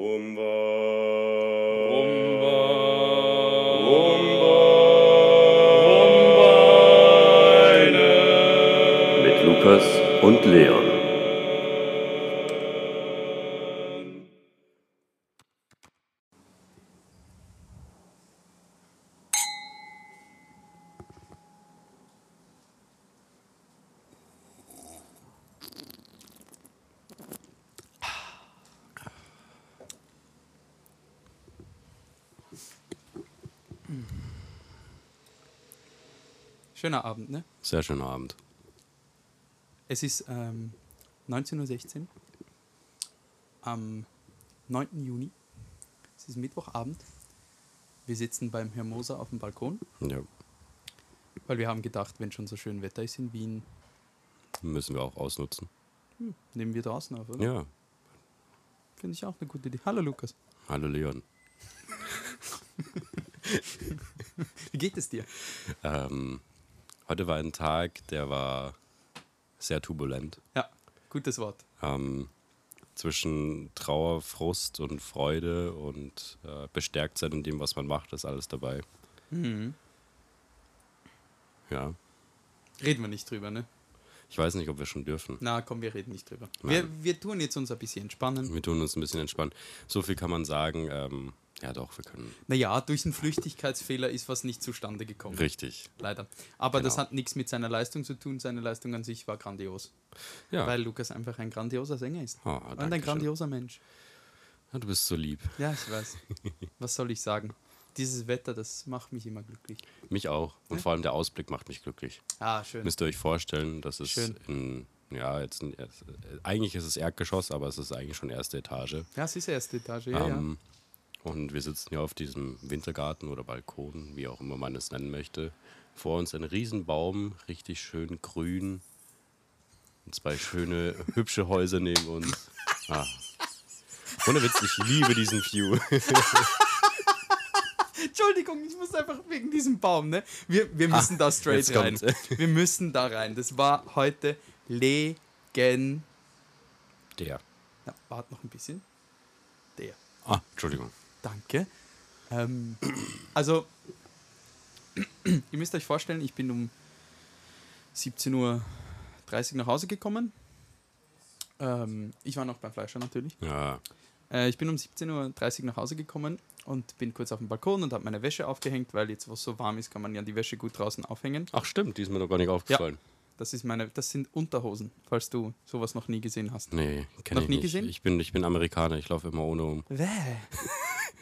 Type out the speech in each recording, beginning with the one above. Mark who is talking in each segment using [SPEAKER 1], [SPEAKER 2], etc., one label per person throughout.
[SPEAKER 1] Rumba.
[SPEAKER 2] Rumba.
[SPEAKER 1] Rumba.
[SPEAKER 3] mit Lukas und Leon.
[SPEAKER 2] Schöner Abend, ne?
[SPEAKER 3] Sehr schöner Abend.
[SPEAKER 2] Es ist ähm, 19.16 Uhr am 9. Juni. Es ist Mittwochabend. Wir sitzen beim Hermosa auf dem Balkon,
[SPEAKER 3] Ja,
[SPEAKER 2] weil wir haben gedacht, wenn schon so schön Wetter ist in Wien,
[SPEAKER 3] müssen wir auch ausnutzen.
[SPEAKER 2] nehmen wir draußen auf, oder?
[SPEAKER 3] Ja,
[SPEAKER 2] Finde ich auch eine gute Idee. Hallo Lukas,
[SPEAKER 3] hallo Leon.
[SPEAKER 2] wie geht es dir?
[SPEAKER 3] Ähm, heute war ein Tag, der war sehr turbulent.
[SPEAKER 2] Ja, gutes Wort.
[SPEAKER 3] Ähm, zwischen Trauer, Frust und Freude und äh, bestärkt sein in dem, was man macht, ist alles dabei. Ja,
[SPEAKER 2] Reden wir nicht drüber, ne?
[SPEAKER 3] ich weiß nicht, ob wir schon dürfen.
[SPEAKER 2] Na komm, wir reden nicht drüber. Wir, wir tun jetzt uns ein bisschen entspannen.
[SPEAKER 3] Wir tun uns ein bisschen entspannen. So viel kann man sagen. Ähm, ja, doch, wir können.
[SPEAKER 2] Naja, durch einen Flüchtigkeitsfehler ist was nicht zustande gekommen.
[SPEAKER 3] Richtig.
[SPEAKER 2] Leider. Aber das
[SPEAKER 3] Genau.
[SPEAKER 2] hat nichts mit seiner Leistung zu tun. Seine Leistung an sich war grandios.
[SPEAKER 3] Ja.
[SPEAKER 2] Weil Lukas einfach ein grandioser Sänger ist.
[SPEAKER 3] Ah,
[SPEAKER 2] Und ein
[SPEAKER 3] Dankeschön.
[SPEAKER 2] grandioser Mensch.
[SPEAKER 3] ja, du bist so lieb.
[SPEAKER 2] Ja, ich weiß. Was soll ich sagen? Dieses Wetter, das macht mich immer glücklich.
[SPEAKER 3] Mich auch. Und vor allem der Ausblick macht mich glücklich.
[SPEAKER 2] Ah, schön.
[SPEAKER 3] Müsst ihr euch vorstellen, das ist
[SPEAKER 2] Schön.
[SPEAKER 3] in, ja, jetzt in, jetzt- eigentlich ist es Erdgeschoss, aber es ist eigentlich schon erste Etage.
[SPEAKER 2] Ja, es ist die erste Etage. Ja, ja.
[SPEAKER 3] Ähm, und wir sitzen hier auf diesem Wintergarten oder Balkon, wie auch immer man es nennen möchte. Vor uns ein Riesenbaum, richtig schön grün. Und zwei schöne, hübsche Häuser neben uns. Ah. Ohne Witz, ich liebe diesen View.
[SPEAKER 2] Entschuldigung, ich muss einfach wegen diesem Baum, ne? Wir, wir müssen da straight
[SPEAKER 3] Ah, jetzt
[SPEAKER 2] rein.
[SPEAKER 3] kommt's.
[SPEAKER 2] Wir müssen da rein. Das war heute Legen.
[SPEAKER 3] Der.
[SPEAKER 2] Na, wart noch ein bisschen. Der.
[SPEAKER 3] Ah, Entschuldigung.
[SPEAKER 2] Danke. Ähm, also, ihr müsst euch vorstellen, ich bin um 17.30 Uhr nach Hause gekommen. Ähm, ich war noch beim Fleischer natürlich.
[SPEAKER 3] Ja,
[SPEAKER 2] Äh, ich bin um 17.30 Uhr nach Hause gekommen und bin kurz auf dem Balkon und habe meine Wäsche aufgehängt, weil jetzt, wo es so warm ist, kann man ja die Wäsche gut draußen aufhängen.
[SPEAKER 3] Ach stimmt, die ist mir noch gar nicht aufgefallen.
[SPEAKER 2] Das, ist meine, das sind Unterhosen, falls du sowas noch nie gesehen hast.
[SPEAKER 3] Nee, kenn
[SPEAKER 2] Noch
[SPEAKER 3] ich
[SPEAKER 2] nie
[SPEAKER 3] nicht.
[SPEAKER 2] gesehen?
[SPEAKER 3] Ich bin, ich bin Amerikaner, ich laufe immer ohne um.
[SPEAKER 2] Bäh.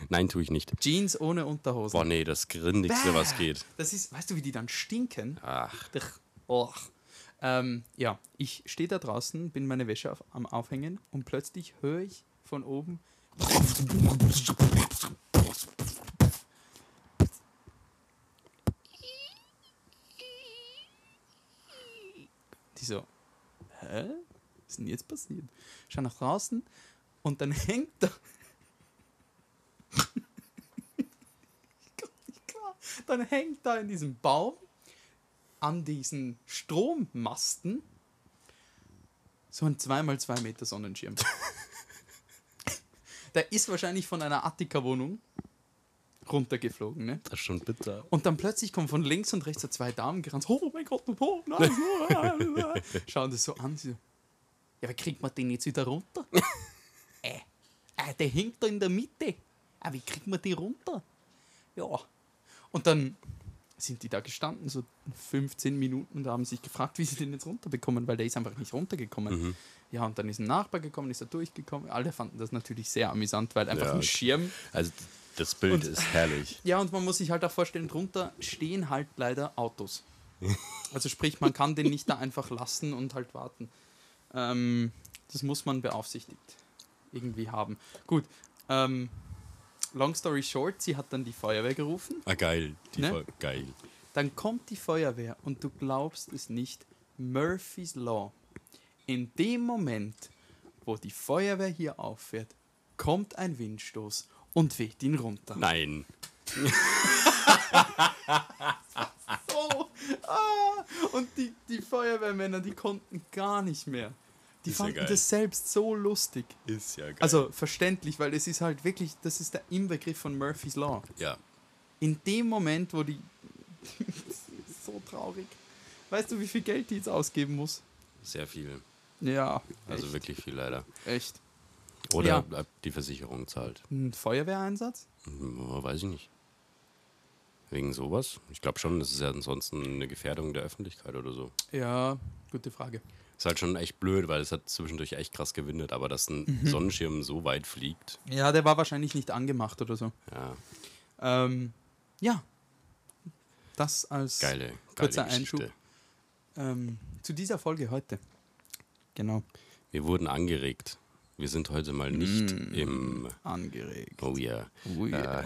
[SPEAKER 3] Nein, tue ich nicht.
[SPEAKER 2] Jeans ohne Unterhosen.
[SPEAKER 3] Boah, nee, das Grindigste, was
[SPEAKER 2] Bäh.
[SPEAKER 3] geht.
[SPEAKER 2] Das ist, weißt du, wie die dann stinken?
[SPEAKER 3] Ach,
[SPEAKER 2] Dich. Och. Ähm, ja, ich stehe da draußen, bin meine Wäsche auf, am Aufhängen und plötzlich höre ich von oben. Die so, hä? Was ist denn jetzt passiert? Schau nach draußen und dann hängt da. Ich komm nicht klar. Dann hängt da in diesem Baum an diesen Strommasten so ein 2x2 Meter Sonnenschirm. Der ist wahrscheinlich von einer Attika-Wohnung runtergeflogen, ne?
[SPEAKER 3] das ist schon bitter.
[SPEAKER 2] Und dann plötzlich kommen von links und rechts so zwei Damen gerannt. Oh mein Gott, oh nein, oh, ah, ah. Schauen das so an. Sie so, ja, wie kriegt man den jetzt wieder runter? äh, äh, der hängt da in der Mitte. Ah, wie kriegt man den runter? Ja. Und dann sind die da gestanden, so 15 Minuten, und haben sich gefragt, wie sie den jetzt runterbekommen, weil der ist einfach nicht runtergekommen. Ja, und dann ist ein Nachbar gekommen, ist er durchgekommen. Alle fanden das natürlich sehr amüsant, weil einfach
[SPEAKER 3] Ja,
[SPEAKER 2] ein
[SPEAKER 3] okay.
[SPEAKER 2] Schirm
[SPEAKER 3] Also, das Bild
[SPEAKER 2] Und-
[SPEAKER 3] ist herrlich.
[SPEAKER 2] ja, und man muss sich halt auch vorstellen, drunter stehen halt leider Autos. Also sprich, man kann den nicht da einfach lassen und halt warten. Ähm, das muss man beaufsichtigt irgendwie haben. Gut, ähm, long story short, sie hat dann die Feuerwehr gerufen.
[SPEAKER 3] Ah, geil. Die
[SPEAKER 2] Ne?
[SPEAKER 3] Fol- Geil.
[SPEAKER 2] Dann kommt die Feuerwehr und du glaubst es nicht, Murphy's Law. In dem Moment, wo die Feuerwehr hier auffährt, kommt ein Windstoß und weht ihn runter.
[SPEAKER 3] Nein.
[SPEAKER 2] Oh, ah, und die, die Feuerwehrmänner, die konnten gar nicht mehr. Die
[SPEAKER 3] Ist ja
[SPEAKER 2] fanden
[SPEAKER 3] geil.
[SPEAKER 2] das selbst so lustig.
[SPEAKER 3] Ist ja geil.
[SPEAKER 2] Also verständlich, weil es ist halt wirklich, das ist der Inbegriff von Murphy's Law.
[SPEAKER 3] ja.
[SPEAKER 2] In dem Moment, wo die. Das ist so traurig. Weißt du, wie viel Geld die jetzt ausgeben muss?
[SPEAKER 3] Sehr viel.
[SPEAKER 2] Ja.
[SPEAKER 3] Also
[SPEAKER 2] echt,
[SPEAKER 3] wirklich viel leider.
[SPEAKER 2] Echt.
[SPEAKER 3] Oder äh, die Versicherung zahlt.
[SPEAKER 2] Ein Feuerwehreinsatz?
[SPEAKER 3] Hm, Weiß ich nicht. Wegen sowas? Ich glaube schon, das ist ja ansonsten eine Gefährdung der Öffentlichkeit oder so.
[SPEAKER 2] Ja, gute Frage.
[SPEAKER 3] Ist halt schon echt blöd, weil es hat zwischendurch echt krass gewindet, aber dass ein Sonnenschirm so weit fliegt,
[SPEAKER 2] Ja, der war wahrscheinlich nicht angemacht oder so.
[SPEAKER 3] ja,
[SPEAKER 2] Ähm, ja. Das als
[SPEAKER 3] geile, geile
[SPEAKER 2] Kurzer
[SPEAKER 3] Geschichte.
[SPEAKER 2] Einschub. Ähm, zu dieser Folge heute. Genau.
[SPEAKER 3] Wir wurden angeregt. Wir sind heute mal
[SPEAKER 2] Mm. Hm,
[SPEAKER 3] nicht im.
[SPEAKER 2] Angeregt.
[SPEAKER 3] Oh yeah.
[SPEAKER 2] Ui.
[SPEAKER 3] Äh,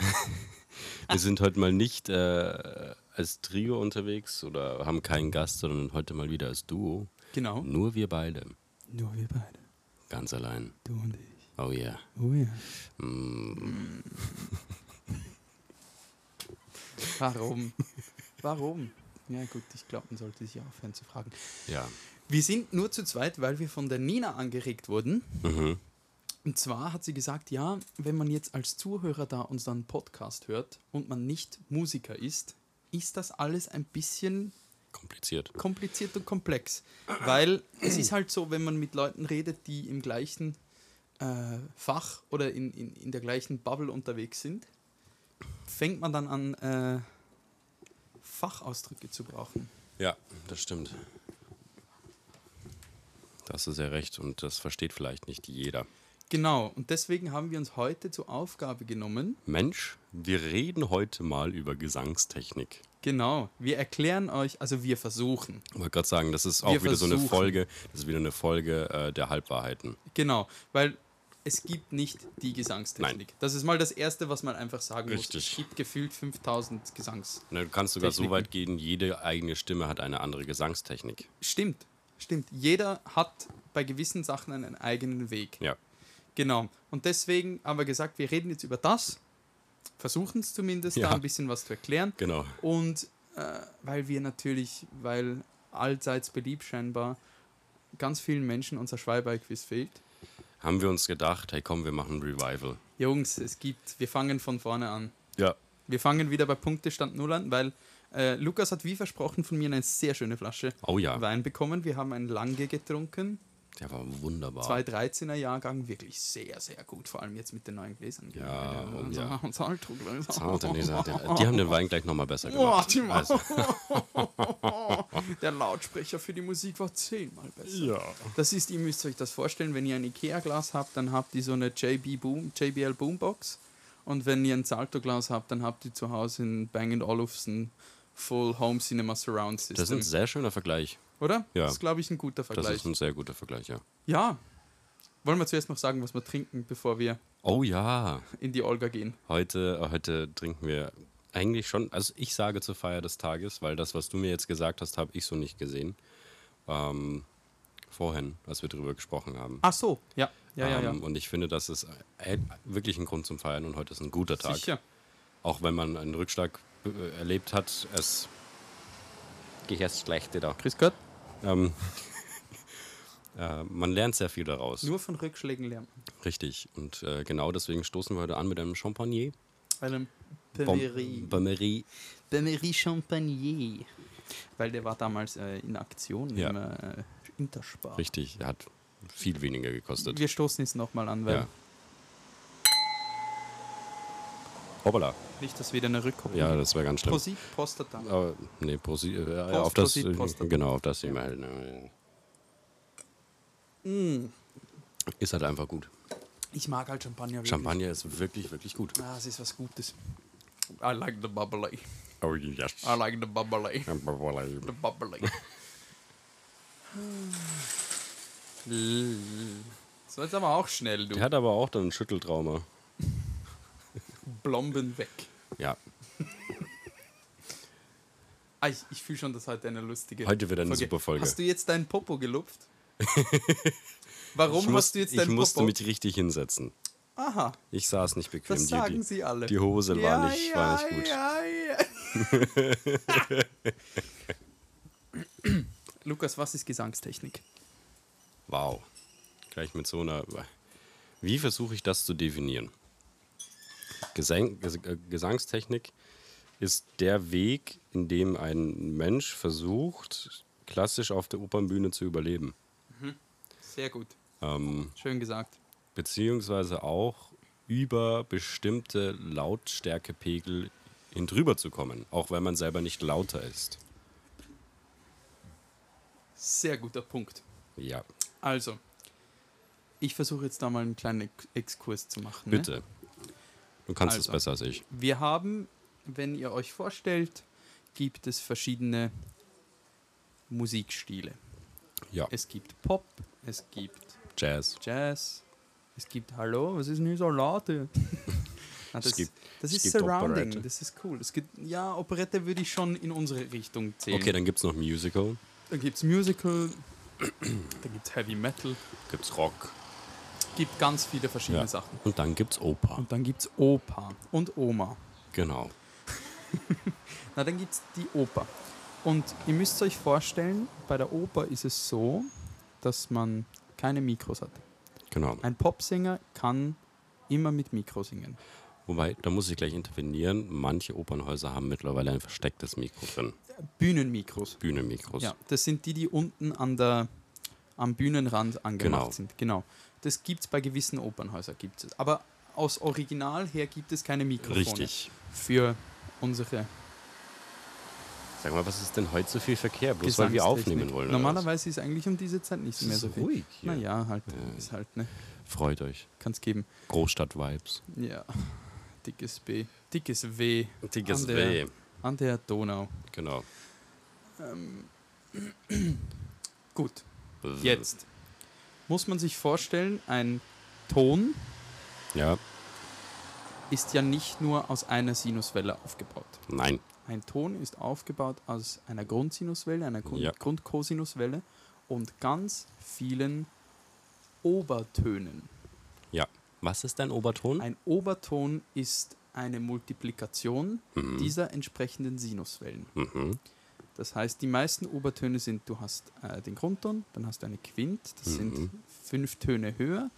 [SPEAKER 3] wir sind heute mal nicht äh, als Trio unterwegs oder haben keinen Gast, sondern heute mal wieder als Duo.
[SPEAKER 2] Genau.
[SPEAKER 3] Nur wir beide.
[SPEAKER 2] Nur wir beide.
[SPEAKER 3] Ganz allein.
[SPEAKER 2] Du und ich.
[SPEAKER 3] Oh yeah.
[SPEAKER 2] Oh ja.
[SPEAKER 3] Mm,
[SPEAKER 2] Warum? Warum? Ja gut, ich glaube, man sollte sich aufhören zu fragen.
[SPEAKER 3] ja.
[SPEAKER 2] Wir sind nur zu zweit, weil wir von der Nina angeregt wurden.
[SPEAKER 3] Mhm.
[SPEAKER 2] Und zwar hat sie gesagt, ja, wenn man jetzt als Zuhörer da unseren Podcast hört und man nicht Musiker ist, ist das alles ein bisschen
[SPEAKER 3] Kompliziert.
[SPEAKER 2] kompliziert und komplex. Weil es ist halt so, wenn man mit Leuten redet, die im gleichen äh, Fach oder in, in, in der gleichen Bubble unterwegs sind, fängt man dann an, äh, Fachausdrücke zu brauchen.
[SPEAKER 3] Ja, das stimmt. Da hast du sehr recht und das versteht vielleicht nicht jeder.
[SPEAKER 2] Genau, und deswegen haben wir uns heute zur Aufgabe genommen,
[SPEAKER 3] Mensch, wir reden heute mal über Gesangstechnik.
[SPEAKER 2] genau, wir erklären euch, also wir versuchen,
[SPEAKER 3] Ich wollte gerade sagen, das ist
[SPEAKER 2] Wir
[SPEAKER 3] auch wieder so eine
[SPEAKER 2] versuchen.
[SPEAKER 3] Folge, das ist wieder eine Folge äh, der Halbwahrheiten.
[SPEAKER 2] genau, weil es gibt nicht die Gesangstechnik. Das ist mal das Erste, was man einfach sagen muss.
[SPEAKER 3] Richtig.
[SPEAKER 2] Es gibt gefühlt 5000 Gesangs...
[SPEAKER 3] Ne, Du kannst sogar so
[SPEAKER 2] Techniken.
[SPEAKER 3] weit gehen, jede eigene Stimme hat eine andere Gesangstechnik.
[SPEAKER 2] Stimmt, stimmt. Jeder hat bei gewissen Sachen einen eigenen Weg.
[SPEAKER 3] Ja.
[SPEAKER 2] Genau. Und deswegen haben wir gesagt, wir reden jetzt über das, versuchen es zumindest
[SPEAKER 3] Ja.
[SPEAKER 2] da ein bisschen was zu erklären.
[SPEAKER 3] Genau.
[SPEAKER 2] Und äh, weil wir natürlich, weil allseits beliebt scheinbar ganz vielen Menschen unser Schweibequiz fehlt.
[SPEAKER 3] Haben wir uns gedacht, hey komm, wir machen ein Revival.
[SPEAKER 2] Jungs, es gibt, wir fangen von vorne an.
[SPEAKER 3] Ja.
[SPEAKER 2] Wir fangen wieder bei Punktestand Null an, weil äh, Lukas hat wie versprochen von mir eine sehr schöne Flasche
[SPEAKER 3] Oh ja,
[SPEAKER 2] Wein bekommen. Wir haben einen Lange getrunken.
[SPEAKER 3] der war wunderbar.
[SPEAKER 2] 2013er Jahrgang wirklich sehr, sehr gut, vor allem jetzt mit den neuen Gläsern.
[SPEAKER 3] Ja, oh
[SPEAKER 2] unser,
[SPEAKER 3] ja.
[SPEAKER 2] unser Altdruckwasser.
[SPEAKER 3] Zart und dieser- der- Die haben den Wein gleich nochmal besser
[SPEAKER 2] Boah,
[SPEAKER 3] gemacht.
[SPEAKER 2] die Ma-
[SPEAKER 3] Also,
[SPEAKER 2] Der Lautsprecher für die Musik war zehnmal besser.
[SPEAKER 3] ja.
[SPEAKER 2] Das ist, ihr müsst euch das vorstellen, wenn ihr ein Ikea-Glas habt, dann habt ihr so eine JB Boom, JBL Boombox. Und wenn ihr ein Salto-Glas habt, dann habt ihr zu Hause ein Bang Olufsen Full Home Cinema Surround
[SPEAKER 3] Das ist ein
[SPEAKER 2] System.
[SPEAKER 3] sehr schöner Vergleich.
[SPEAKER 2] Oder?
[SPEAKER 3] Ja.
[SPEAKER 2] Das ist, glaube ich, ein guter
[SPEAKER 3] Das
[SPEAKER 2] Vergleich.
[SPEAKER 3] ist ein sehr guter Vergleich, ja.
[SPEAKER 2] ja. Wollen wir zuerst noch sagen, was wir trinken, bevor wir
[SPEAKER 3] Oh ja,
[SPEAKER 2] in die Olga gehen?
[SPEAKER 3] heute, äh, heute trinken wir eigentlich schon, also ich sage zur Feier des Tages, weil das, was du mir jetzt gesagt hast, habe ich so nicht gesehen. Ähm, vorhin, als wir drüber gesprochen haben.
[SPEAKER 2] Ach so, ja. Ja, ja, ja.
[SPEAKER 3] Ähm, Und ich finde, das ist äh, wirklich ein Grund zum Feiern und heute ist ein guter Tag.
[SPEAKER 2] Sicher.
[SPEAKER 3] Auch wenn man einen Rückschlag äh, erlebt hat, es. Ich erst schlechte da.
[SPEAKER 2] Grüß Gott.
[SPEAKER 3] Ähm, äh, man lernt sehr viel daraus.
[SPEAKER 2] Nur von Rückschlägen lernt man.
[SPEAKER 3] Richtig. Und äh, genau deswegen stoßen wir heute an mit einem Champagner.
[SPEAKER 2] Einem
[SPEAKER 3] Bom-
[SPEAKER 2] Pommery.
[SPEAKER 3] Pommery.
[SPEAKER 2] Pommery Champagner. Weil der war damals äh, in Aktion
[SPEAKER 3] Ja.
[SPEAKER 2] im äh, Interspar.
[SPEAKER 3] Richtig, er hat viel weniger gekostet.
[SPEAKER 2] Wir stoßen jetzt nochmal an, weil
[SPEAKER 3] ja. Hoppala.
[SPEAKER 2] nicht, dass wieder eine Rückkopplung
[SPEAKER 3] Ja,
[SPEAKER 2] gibt.
[SPEAKER 3] das wäre ganz schlimm.
[SPEAKER 2] Prosit, Prostata.
[SPEAKER 3] Aber, nee, Prosi, äh, auf
[SPEAKER 2] Prost,
[SPEAKER 3] das,
[SPEAKER 2] Prosit, Prost.
[SPEAKER 3] äh, genau, auf das Thema. halt, ne. Ist halt einfach gut.
[SPEAKER 2] Mm, Ich mag halt Champagner. Wirklich.
[SPEAKER 3] Champagner ist wirklich, wirklich gut.
[SPEAKER 2] Ah, es ist was Gutes. I like the bubbly.
[SPEAKER 3] Oh yes.
[SPEAKER 2] I like the bubbly. The
[SPEAKER 3] Champagner.
[SPEAKER 2] bubbly. Das war Hm. jetzt aber auch schnell, du.
[SPEAKER 3] Der hat aber auch dann ein Schütteltrauma.
[SPEAKER 2] Blomben weg.
[SPEAKER 3] Ja,
[SPEAKER 2] Ah, ich ich fühle schon, dass heute eine lustige
[SPEAKER 3] Heute wird eine super Folge.
[SPEAKER 2] Hast du jetzt deinen Popo gelupft? Warum
[SPEAKER 3] ich, muss,
[SPEAKER 2] hast du jetzt
[SPEAKER 3] ich
[SPEAKER 2] deinen
[SPEAKER 3] musste
[SPEAKER 2] Popo?
[SPEAKER 3] mich richtig hinsetzen.
[SPEAKER 2] Aha,
[SPEAKER 3] Ich saß nicht bequem.
[SPEAKER 2] das
[SPEAKER 3] Die-
[SPEAKER 2] sagen
[SPEAKER 3] die,
[SPEAKER 2] sie alle.
[SPEAKER 3] die Hose war nicht- war nicht gut.
[SPEAKER 2] Ja, ja. Lukas, was ist Gesangstechnik?
[SPEAKER 3] Wow. gleich mit so einer. Wie versuche ich das zu definieren? Gesang, Ges äh, Gesangstechnik ist der Weg, in dem ein Mensch versucht, klassisch auf der Opernbühne zu überleben. Ähm,
[SPEAKER 2] Sehr gut. Schön gesagt.
[SPEAKER 3] Beziehungsweise auch über bestimmte Lautstärkepegel hin drüber zu kommen, auch wenn man selber nicht lauter ist.
[SPEAKER 2] Sehr guter Punkt.
[SPEAKER 3] Ja,
[SPEAKER 2] Also, ich versuche jetzt da mal einen kleinen Ex- Exkurs zu machen. Ne?
[SPEAKER 3] bitte. Du kannst
[SPEAKER 2] Also.
[SPEAKER 3] es besser als ich.
[SPEAKER 2] Wir haben, wenn ihr euch vorstellt, gibt es verschiedene Musikstile.
[SPEAKER 3] Ja,
[SPEAKER 2] Es gibt Pop, es gibt
[SPEAKER 3] Jazz.
[SPEAKER 2] Jazz, es gibt Hallo, was ist denn hier so laut? hier? Na, das,
[SPEAKER 3] gibt-
[SPEAKER 2] das
[SPEAKER 3] es
[SPEAKER 2] ist
[SPEAKER 3] gibt
[SPEAKER 2] Surrounding,
[SPEAKER 3] Operette.
[SPEAKER 2] das ist cool. Es gibt, ja, Operette würde ich schon in unsere Richtung zählen.
[SPEAKER 3] Okay, dann gibt es noch Musical,
[SPEAKER 2] Dann gibt es Musical, dann gibt es Heavy Metal,
[SPEAKER 3] gibt es Rock
[SPEAKER 2] gibt ganz viele verschiedene
[SPEAKER 3] Ja.
[SPEAKER 2] Sachen.
[SPEAKER 3] und dann gibt es Oper.
[SPEAKER 2] Und dann gibt es Oper und Oma.
[SPEAKER 3] Genau.
[SPEAKER 2] Na, dann gibt es die Oper. Und ihr müsst euch vorstellen, bei der Oper ist es so, dass man keine Mikros hat.
[SPEAKER 3] Genau.
[SPEAKER 2] Ein Popsänger kann immer mit Mikro singen.
[SPEAKER 3] Wobei, da muss ich gleich intervenieren. Manche Opernhäuser haben mittlerweile ein verstecktes Mikro drin.
[SPEAKER 2] Bühnenmikros.
[SPEAKER 3] Bühnenmikros.
[SPEAKER 2] Ja, das sind die, die unten an der, am Bühnenrand angemacht
[SPEAKER 3] Genau.
[SPEAKER 2] sind. Genau. Das gibt es bei gewissen Opernhäusern. Gibt's. es. Aber aus Original her gibt es keine Mikrofone.
[SPEAKER 3] Richtig.
[SPEAKER 2] Für unsere
[SPEAKER 3] Sag mal, was ist denn heute so viel Verkehr? Bloß weil wir
[SPEAKER 2] Gesangstechnik.
[SPEAKER 3] aufnehmen wollen. oder was?
[SPEAKER 2] Normalerweise ist eigentlich um diese Zeit nicht
[SPEAKER 3] ist
[SPEAKER 2] mehr
[SPEAKER 3] es
[SPEAKER 2] so viel.
[SPEAKER 3] ruhig hier.
[SPEAKER 2] Naja, halt.
[SPEAKER 3] Ja.
[SPEAKER 2] Ist halt, ne?
[SPEAKER 3] Freut euch.
[SPEAKER 2] Kann's geben.
[SPEAKER 3] Großstadt-Vibes.
[SPEAKER 2] Ja. Dickes B. Dickes W.
[SPEAKER 3] Dickes
[SPEAKER 2] An der-
[SPEAKER 3] Weh.
[SPEAKER 2] An der Donau.
[SPEAKER 3] Genau.
[SPEAKER 2] Ähm. Gut. Jetzt muss man sich vorstellen, ein Ton
[SPEAKER 3] Ja,
[SPEAKER 2] ist ja nicht nur aus einer Sinuswelle aufgebaut.
[SPEAKER 3] nein.
[SPEAKER 2] Ein Ton ist aufgebaut aus einer Grundsinuswelle, einer Grund
[SPEAKER 3] Ja.
[SPEAKER 2] Grundkosinuswelle und ganz vielen Obertönen.
[SPEAKER 3] Ja. Was ist dein Oberton?
[SPEAKER 2] Ein Oberton ist eine Multiplikation
[SPEAKER 3] Mhm.
[SPEAKER 2] dieser entsprechenden Sinuswellen.
[SPEAKER 3] Mhm.
[SPEAKER 2] Das heißt, die meisten Obertöne sind, du hast äh, den Grundton, dann hast du eine Quint, das sind
[SPEAKER 3] Mhm.
[SPEAKER 2] fünf Töne höher,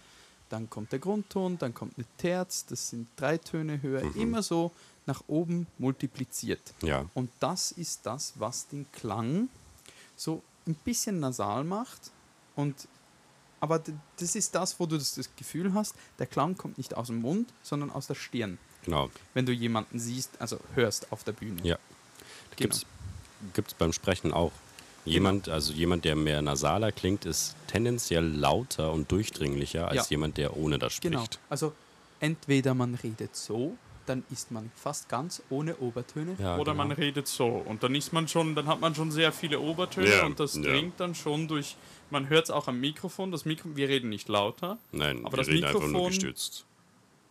[SPEAKER 2] dann kommt der Grundton, dann kommt eine Terz, das sind drei Töne höher,
[SPEAKER 3] Mhm.
[SPEAKER 2] immer so nach oben multipliziert.
[SPEAKER 3] Ja.
[SPEAKER 2] Und das ist das, was den Klang so ein bisschen nasal macht. Und aber d- das ist das, wo du das, das Gefühl hast, der Klang kommt nicht aus dem Mund, sondern aus der Stirn,
[SPEAKER 3] Genau.
[SPEAKER 2] wenn du jemanden siehst, also hörst auf der Bühne. Genau.
[SPEAKER 3] Ja. Gibt's, gibt's beim Sprechen auch. Jemand, also jemand, der mehr nasaler klingt, ist tendenziell lauter und durchdringlicher als
[SPEAKER 2] Ja.
[SPEAKER 3] jemand, der ohne das spricht.
[SPEAKER 2] Genau. Also entweder man redet so, dann ist man fast ganz ohne Obertöne.
[SPEAKER 3] Ja,
[SPEAKER 1] Oder
[SPEAKER 3] genau.
[SPEAKER 1] man redet so und dann ist man schon, dann hat man schon sehr viele Obertöne
[SPEAKER 3] Ja,
[SPEAKER 1] und das
[SPEAKER 3] ja.
[SPEAKER 1] dringt dann schon durch. Man hört es auch am Mikrofon. Das Mikro, wir reden nicht lauter,
[SPEAKER 2] Genau.
[SPEAKER 3] Nein,
[SPEAKER 1] Aber
[SPEAKER 3] wir
[SPEAKER 1] das
[SPEAKER 3] reden einfach nur
[SPEAKER 1] Mikrofon-
[SPEAKER 3] gestützt.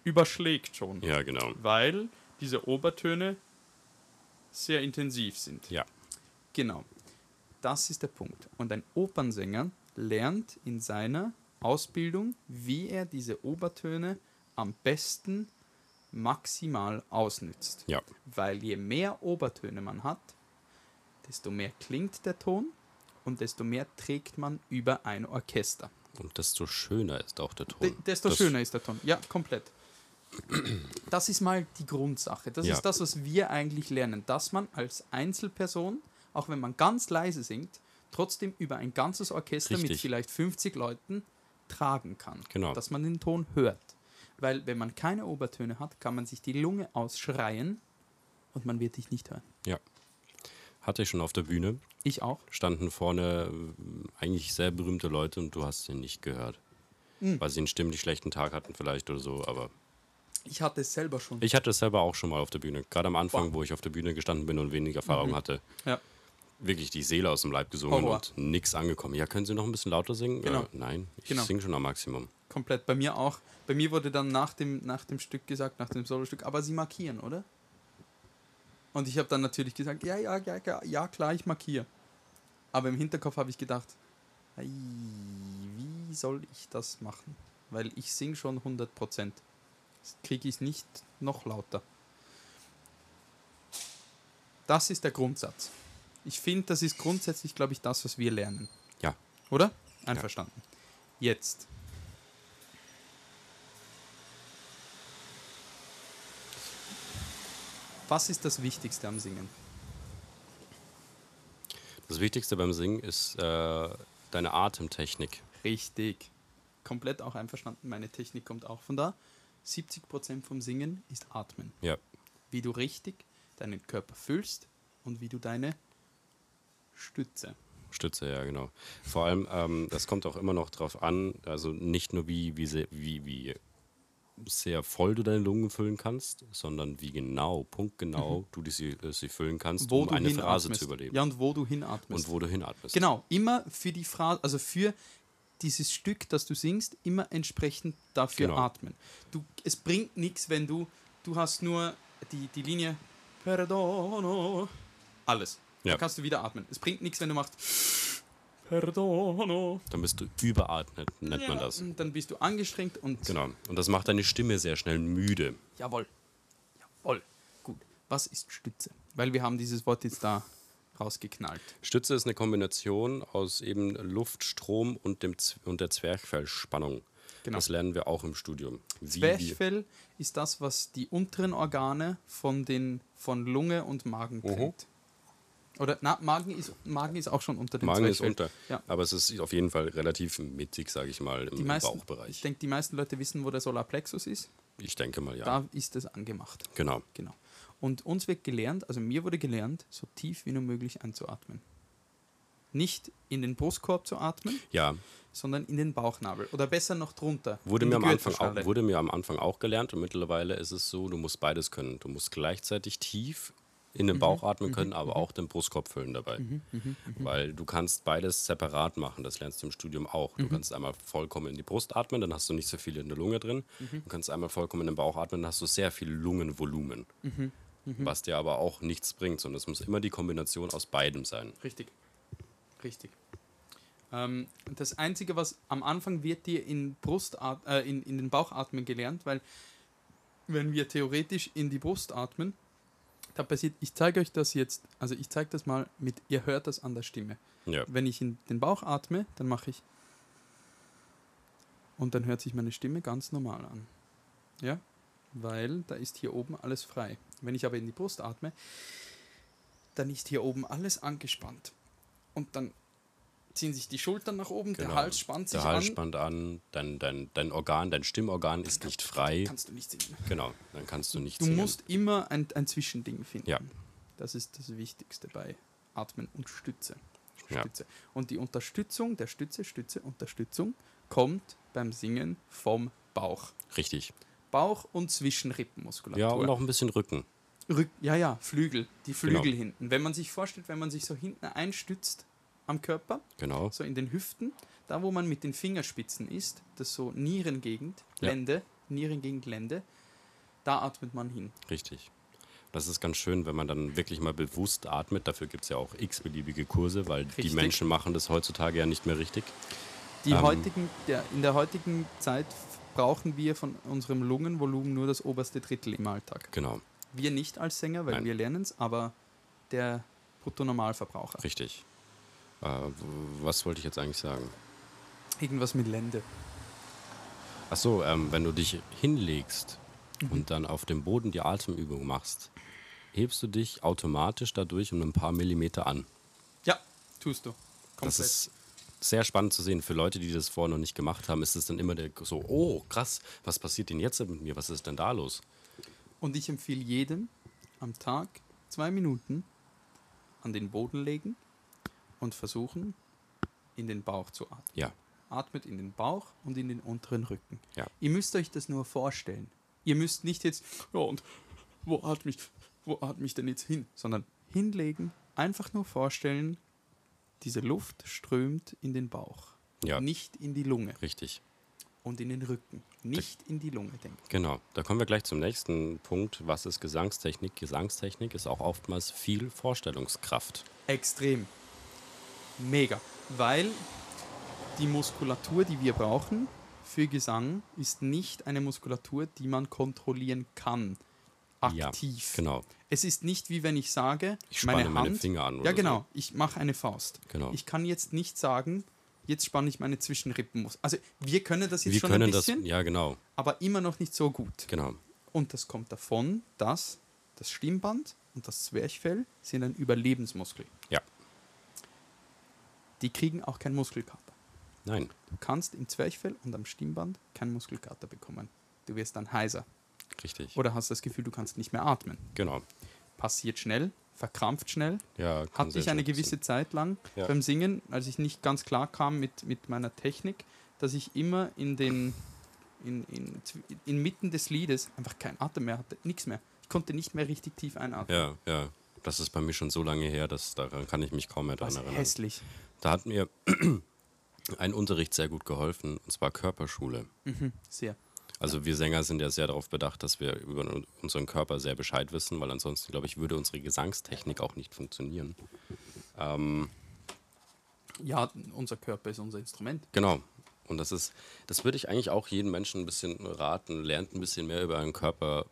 [SPEAKER 1] überschlägt schon,
[SPEAKER 3] Ja, genau.
[SPEAKER 1] weil diese Obertöne sehr intensiv sind.
[SPEAKER 3] Ja.
[SPEAKER 2] Genau. Das ist der Punkt. Und ein Opernsänger lernt in seiner Ausbildung, wie er diese Obertöne am besten maximal ausnützt.
[SPEAKER 3] Ja.
[SPEAKER 2] Weil je mehr Obertöne man hat, desto mehr klingt der Ton und desto mehr trägt man über ein Orchester.
[SPEAKER 3] Und desto schöner ist auch der Ton.
[SPEAKER 2] De desto
[SPEAKER 3] Das-
[SPEAKER 2] schöner ist der Ton. Ja, komplett. Das ist mal die Grundsache. Das
[SPEAKER 3] Ja.
[SPEAKER 2] ist das, was wir eigentlich lernen, dass man als Einzelperson, auch wenn man ganz leise singt, trotzdem über ein ganzes Orchester mit
[SPEAKER 3] Richtig.
[SPEAKER 2] vielleicht 50 Leuten tragen kann.
[SPEAKER 3] Genau.
[SPEAKER 2] Dass man den Ton hört. Weil wenn man keine Obertöne hat, kann man sich die Lunge ausschreien und man wird dich nicht hören.
[SPEAKER 3] Ja. Hatte ich schon auf der Bühne.
[SPEAKER 2] Ich auch.
[SPEAKER 3] Standen vorne äh, eigentlich sehr berühmte Leute und du hast ihn nicht gehört.
[SPEAKER 2] Hm.
[SPEAKER 3] Weil sie einen stimmlich schlechten Tag hatten, vielleicht oder so. Aber
[SPEAKER 2] Ich hatte es selber schon.
[SPEAKER 3] ich hatte es selber auch schon mal auf der Bühne. Gerade am Anfang, wo ich auf der Bühne gestanden bin und wenig Erfahrung hatte.
[SPEAKER 2] Mhm. Ja.
[SPEAKER 3] Wirklich die Seele aus dem Leib gesungen
[SPEAKER 2] Horror.
[SPEAKER 3] und nix angekommen. Ja, können Sie noch ein bisschen lauter singen?
[SPEAKER 2] Genau.
[SPEAKER 3] Äh, nein, ich
[SPEAKER 2] Genau.
[SPEAKER 3] singe schon am Maximum.
[SPEAKER 2] komplett. Bei mir auch. Bei mir wurde dann nach dem, nach dem Stück gesagt, nach dem Solostück, aber sie markieren, oder? Und ich habe dann natürlich gesagt, ja, ja, ja, ja, ja, klar, ich markiere. Aber im Hinterkopf habe ich gedacht, ei, wie soll ich das machen? Weil ich singe schon 100%. Kriege ich es nicht noch lauter. Das ist der Grundsatz. Ich finde, das ist grundsätzlich, glaube ich, das, was wir lernen.
[SPEAKER 3] Ja.
[SPEAKER 2] Oder? Einverstanden. Jetzt Was ist das Wichtigste am Singen?
[SPEAKER 3] Das Wichtigste beim Singen ist äh, deine Atemtechnik.
[SPEAKER 2] Richtig. Komplett auch einverstanden. Meine Technik kommt auch von da. 70% vom Singen ist Atmen.
[SPEAKER 3] Ja.
[SPEAKER 2] Wie du richtig deinen Körper füllst und wie du deine Stütze.
[SPEAKER 3] Stütze, ja, genau. Vor allem, ähm, das kommt auch immer noch drauf an, also nicht nur wie, wie, sehr, wie, wie sehr voll du deine Lungen füllen kannst, sondern wie genau, punktgenau
[SPEAKER 2] Mhm.
[SPEAKER 3] du die, sie, äh, sie füllen kannst, um eine Phrase zu überleben.
[SPEAKER 2] Ja, und wo du hinatmest.
[SPEAKER 3] Und wo du hinatmest.
[SPEAKER 2] Genau, immer für die Phrase, also für dieses Stück, das du singst, immer entsprechend dafür
[SPEAKER 3] Genau.
[SPEAKER 2] atmen. Du, es bringt nichts, wenn du, du hast nur die, die Linie Perdono, alles.
[SPEAKER 3] Ja.
[SPEAKER 2] Dann kannst du wieder atmen. Es bringt nichts, wenn du machst Perdono.
[SPEAKER 3] Dann bist du überatmet, nennt man
[SPEAKER 2] Ja,
[SPEAKER 3] das.
[SPEAKER 2] und Dann bist du angestrengt und
[SPEAKER 3] Genau. Und das macht deine Stimme sehr schnell müde.
[SPEAKER 2] jawohl, jawohl. Gut, was ist Stütze? Weil wir haben dieses Wort jetzt da rausgeknallt.
[SPEAKER 3] Stütze ist eine Kombination aus eben Luft, Strom und, dem Z und der Zwerchfellspannung.
[SPEAKER 2] Genau.
[SPEAKER 3] Das lernen wir auch im Studium. Wie wir-
[SPEAKER 2] Zwerchfell ist das, was die unteren Organe von, den, von Lunge und Magen trennt. Oder, na, Magen ist, Magen ist auch schon unter dem
[SPEAKER 3] Magen ist
[SPEAKER 2] Zwerchfell.
[SPEAKER 3] unter.
[SPEAKER 2] Ja.
[SPEAKER 3] Aber es ist auf jeden Fall relativ mittig, sage ich mal, im,
[SPEAKER 2] Die meisten,
[SPEAKER 3] im
[SPEAKER 2] ich
[SPEAKER 3] Bauchbereich.
[SPEAKER 2] denke, die meisten Leute wissen, wo der Solarplexus ist.
[SPEAKER 3] Ich denke mal, ja.
[SPEAKER 2] Da ist es angemacht.
[SPEAKER 3] Genau.
[SPEAKER 2] Genau. Und uns wird gelernt, also mir wurde gelernt, so tief wie nur möglich einzuatmen. Nicht in den Brustkorb zu atmen,
[SPEAKER 3] Ja,
[SPEAKER 2] sondern in den Bauchnabel. Oder besser noch drunter.
[SPEAKER 3] wurde
[SPEAKER 2] in die
[SPEAKER 3] mir, am Anfang auch,
[SPEAKER 2] Gürtelschnalle.
[SPEAKER 3] wurde mir am Anfang auch gelernt und mittlerweile ist es so, du musst beides können. Du musst gleichzeitig tief in
[SPEAKER 2] Mhm.
[SPEAKER 3] den Bauch atmen können, aber auch den Brustkorb füllen dabei. Weil du kannst beides separat machen, das lernst du im Studium auch.
[SPEAKER 2] Mhm.
[SPEAKER 3] Du kannst einmal vollkommen in die Brust atmen, dann hast du nicht so viel in der Lunge drin.
[SPEAKER 2] Mhm.
[SPEAKER 3] Du kannst einmal vollkommen in den Bauch atmen, dann hast du sehr viel Lungenvolumen.
[SPEAKER 2] Mhm.
[SPEAKER 3] Was dir aber auch nichts bringt, sondern es muss immer die Kombination aus beidem sein.
[SPEAKER 2] Richtig. Richtig. Ähm, das Einzige, was am Anfang wird dir in, Brustat äh, in, in den Bauch atmen gelernt, weil wenn wir theoretisch in die Brust atmen, da passiert, ich zeige euch das jetzt, also ich zeige das mal mit, ihr hört das an der Stimme.
[SPEAKER 3] Ja.
[SPEAKER 2] Wenn ich in den Bauch atme, dann mache ich und dann hört sich meine Stimme ganz normal an. Ja, weil da ist hier oben alles frei. Wenn ich aber in die Brust atme, dann ist hier oben alles angespannt. Und dann ziehen sich die Schultern nach oben, der
[SPEAKER 3] Genau.
[SPEAKER 2] Hals spannt sich
[SPEAKER 3] Der Hals
[SPEAKER 2] an.
[SPEAKER 3] spannt an, dein, dein, dein Organ, dein Stimmorgan ist nicht frei.
[SPEAKER 2] Kannst du nicht singen.
[SPEAKER 3] Genau, dann kannst du nicht
[SPEAKER 2] Du
[SPEAKER 3] singen.
[SPEAKER 2] musst immer ein, ein Zwischending finden.
[SPEAKER 3] Ja.
[SPEAKER 2] Das ist das Wichtigste bei Atmen und Stütze.
[SPEAKER 3] Ja.
[SPEAKER 2] Stütze. Und die Unterstützung der Stütze, Stütze, Unterstützung kommt beim Singen vom Bauch.
[SPEAKER 3] Richtig.
[SPEAKER 2] Bauch- und Zwischenrippenmuskulatur.
[SPEAKER 3] Ja, und auch ein bisschen Rücken.
[SPEAKER 2] Rück ja, ja, Flügel, die Flügel
[SPEAKER 3] Genau.
[SPEAKER 2] hinten. Wenn man sich vorstellt, wenn man sich so hinten einstützt am Körper,
[SPEAKER 3] Genau.
[SPEAKER 2] so in den Hüften, da wo man mit den Fingerspitzen ist, das so Nierengegend,
[SPEAKER 3] Ja.
[SPEAKER 2] Lende, Nierengegend, Lende, da atmet man hin.
[SPEAKER 3] Richtig. Das ist ganz schön, wenn man dann wirklich mal bewusst atmet. Dafür gibt es ja auch x-beliebige Kurse, weil
[SPEAKER 2] Richtig.
[SPEAKER 3] die Menschen machen das heutzutage ja nicht mehr richtig.
[SPEAKER 2] Die
[SPEAKER 3] Ähm.
[SPEAKER 2] heutigen, der, in der heutigen Zeit f- brauchen wir von unserem Lungenvolumen nur das oberste Drittel im Alltag.
[SPEAKER 3] Genau,
[SPEAKER 2] Wir nicht als Sänger, weil
[SPEAKER 3] Nein.
[SPEAKER 2] wir lernen es, aber der Bruttonormalverbraucher.
[SPEAKER 3] richtig. Äh, w- was wollte ich jetzt eigentlich sagen?
[SPEAKER 2] Irgendwas mit Lende.
[SPEAKER 3] Ach so, ähm, wenn du dich hinlegst und dann auf dem Boden die Atemübung machst, hebst du dich automatisch dadurch um ein paar Millimeter an.
[SPEAKER 2] Ja, tust du.
[SPEAKER 3] Das
[SPEAKER 2] Komplett.
[SPEAKER 3] ist sehr spannend zu sehen. Für Leute, die das vorher noch nicht gemacht haben, ist es dann immer der so, oh krass, was passiert denn jetzt mit mir? Was ist denn da los?
[SPEAKER 2] Und ich empfehle jedem am Tag zwei Minuten an den Boden legen und versuchen, in den Bauch zu atmen.
[SPEAKER 3] Ja,
[SPEAKER 2] Atmet in den Bauch und in den unteren Rücken.
[SPEAKER 3] Ja.
[SPEAKER 2] Ihr müsst euch das nur vorstellen. Ihr müsst nicht jetzt, ja und wo atme ich, wo atme ich denn jetzt hin? Sondern hinlegen, einfach nur vorstellen, diese Luft strömt in den Bauch,
[SPEAKER 3] ja,
[SPEAKER 2] nicht in die Lunge
[SPEAKER 3] richtig.
[SPEAKER 2] und in den Rücken, nicht in die Lunge denken.
[SPEAKER 3] Genau. Da kommen wir gleich zum nächsten Punkt. Was ist Gesangstechnik? Gesangstechnik ist auch oftmals viel Vorstellungskraft.
[SPEAKER 2] Extrem. Mega. Weil die Muskulatur, die wir brauchen für Gesang, ist nicht eine Muskulatur, die man kontrollieren kann. Aktiv.
[SPEAKER 3] Ja, genau.
[SPEAKER 2] Es ist nicht wie wenn ich sage,
[SPEAKER 3] Ich spanne
[SPEAKER 2] meine,
[SPEAKER 3] meine
[SPEAKER 2] Hand,
[SPEAKER 3] Finger an oder
[SPEAKER 2] Ja, genau. Ich mache eine Faust.
[SPEAKER 3] Genau.
[SPEAKER 2] Ich kann jetzt nicht sagen, jetzt spanne ich meine Zwischenrippen. Also wir können das jetzt
[SPEAKER 3] Wir
[SPEAKER 2] schon
[SPEAKER 3] können
[SPEAKER 2] ein
[SPEAKER 3] das,
[SPEAKER 2] bisschen,
[SPEAKER 3] ja genau,
[SPEAKER 2] aber immer noch nicht so gut.
[SPEAKER 3] genau.
[SPEAKER 2] Und das kommt davon, dass Das Stimmband und das Zwerchfell sind ein Überlebensmuskel.
[SPEAKER 3] Ja.
[SPEAKER 2] Die kriegen auch keinen Muskelkater.
[SPEAKER 3] Nein.
[SPEAKER 2] Du kannst im Zwerchfell und am Stimmband keinen Muskelkater bekommen. Du wirst dann heiser
[SPEAKER 3] Richtig.
[SPEAKER 2] oder hast das Gefühl, du kannst nicht mehr atmen.
[SPEAKER 3] Genau.
[SPEAKER 2] Passiert schnell, verkrampft schnell.
[SPEAKER 3] Ja, kann
[SPEAKER 2] Hatte
[SPEAKER 3] sehr
[SPEAKER 2] ich eine
[SPEAKER 3] schön
[SPEAKER 2] gewisse
[SPEAKER 3] sein.
[SPEAKER 2] Zeit lang
[SPEAKER 3] Ja.
[SPEAKER 2] beim Singen, als ich nicht ganz klar kam mit, mit meiner Technik, dass ich immer in den in, in, inmitten des Liedes einfach keinen Atem mehr hatte, nichts mehr. Ich konnte nicht mehr richtig tief einatmen.
[SPEAKER 3] Ja, ja. Das ist bei mir schon so lange her, dass daran kann ich mich kaum mehr dran
[SPEAKER 2] Was
[SPEAKER 3] erinnern.
[SPEAKER 2] hässlich.
[SPEAKER 3] Da hat mir ein Unterricht sehr gut geholfen, und zwar Körperschule.
[SPEAKER 2] Mhm, Sehr.
[SPEAKER 3] Also wir Sänger sind ja sehr darauf bedacht, dass wir über unseren Körper sehr Bescheid wissen, weil ansonsten, glaube ich, würde unsere Gesangstechnik auch nicht funktionieren. Ähm,
[SPEAKER 2] Ja, unser Körper ist unser Instrument.
[SPEAKER 3] Genau. Und das ist, das würde ich eigentlich auch jedem Menschen ein bisschen raten. Lernt ein bisschen mehr über euren Körper,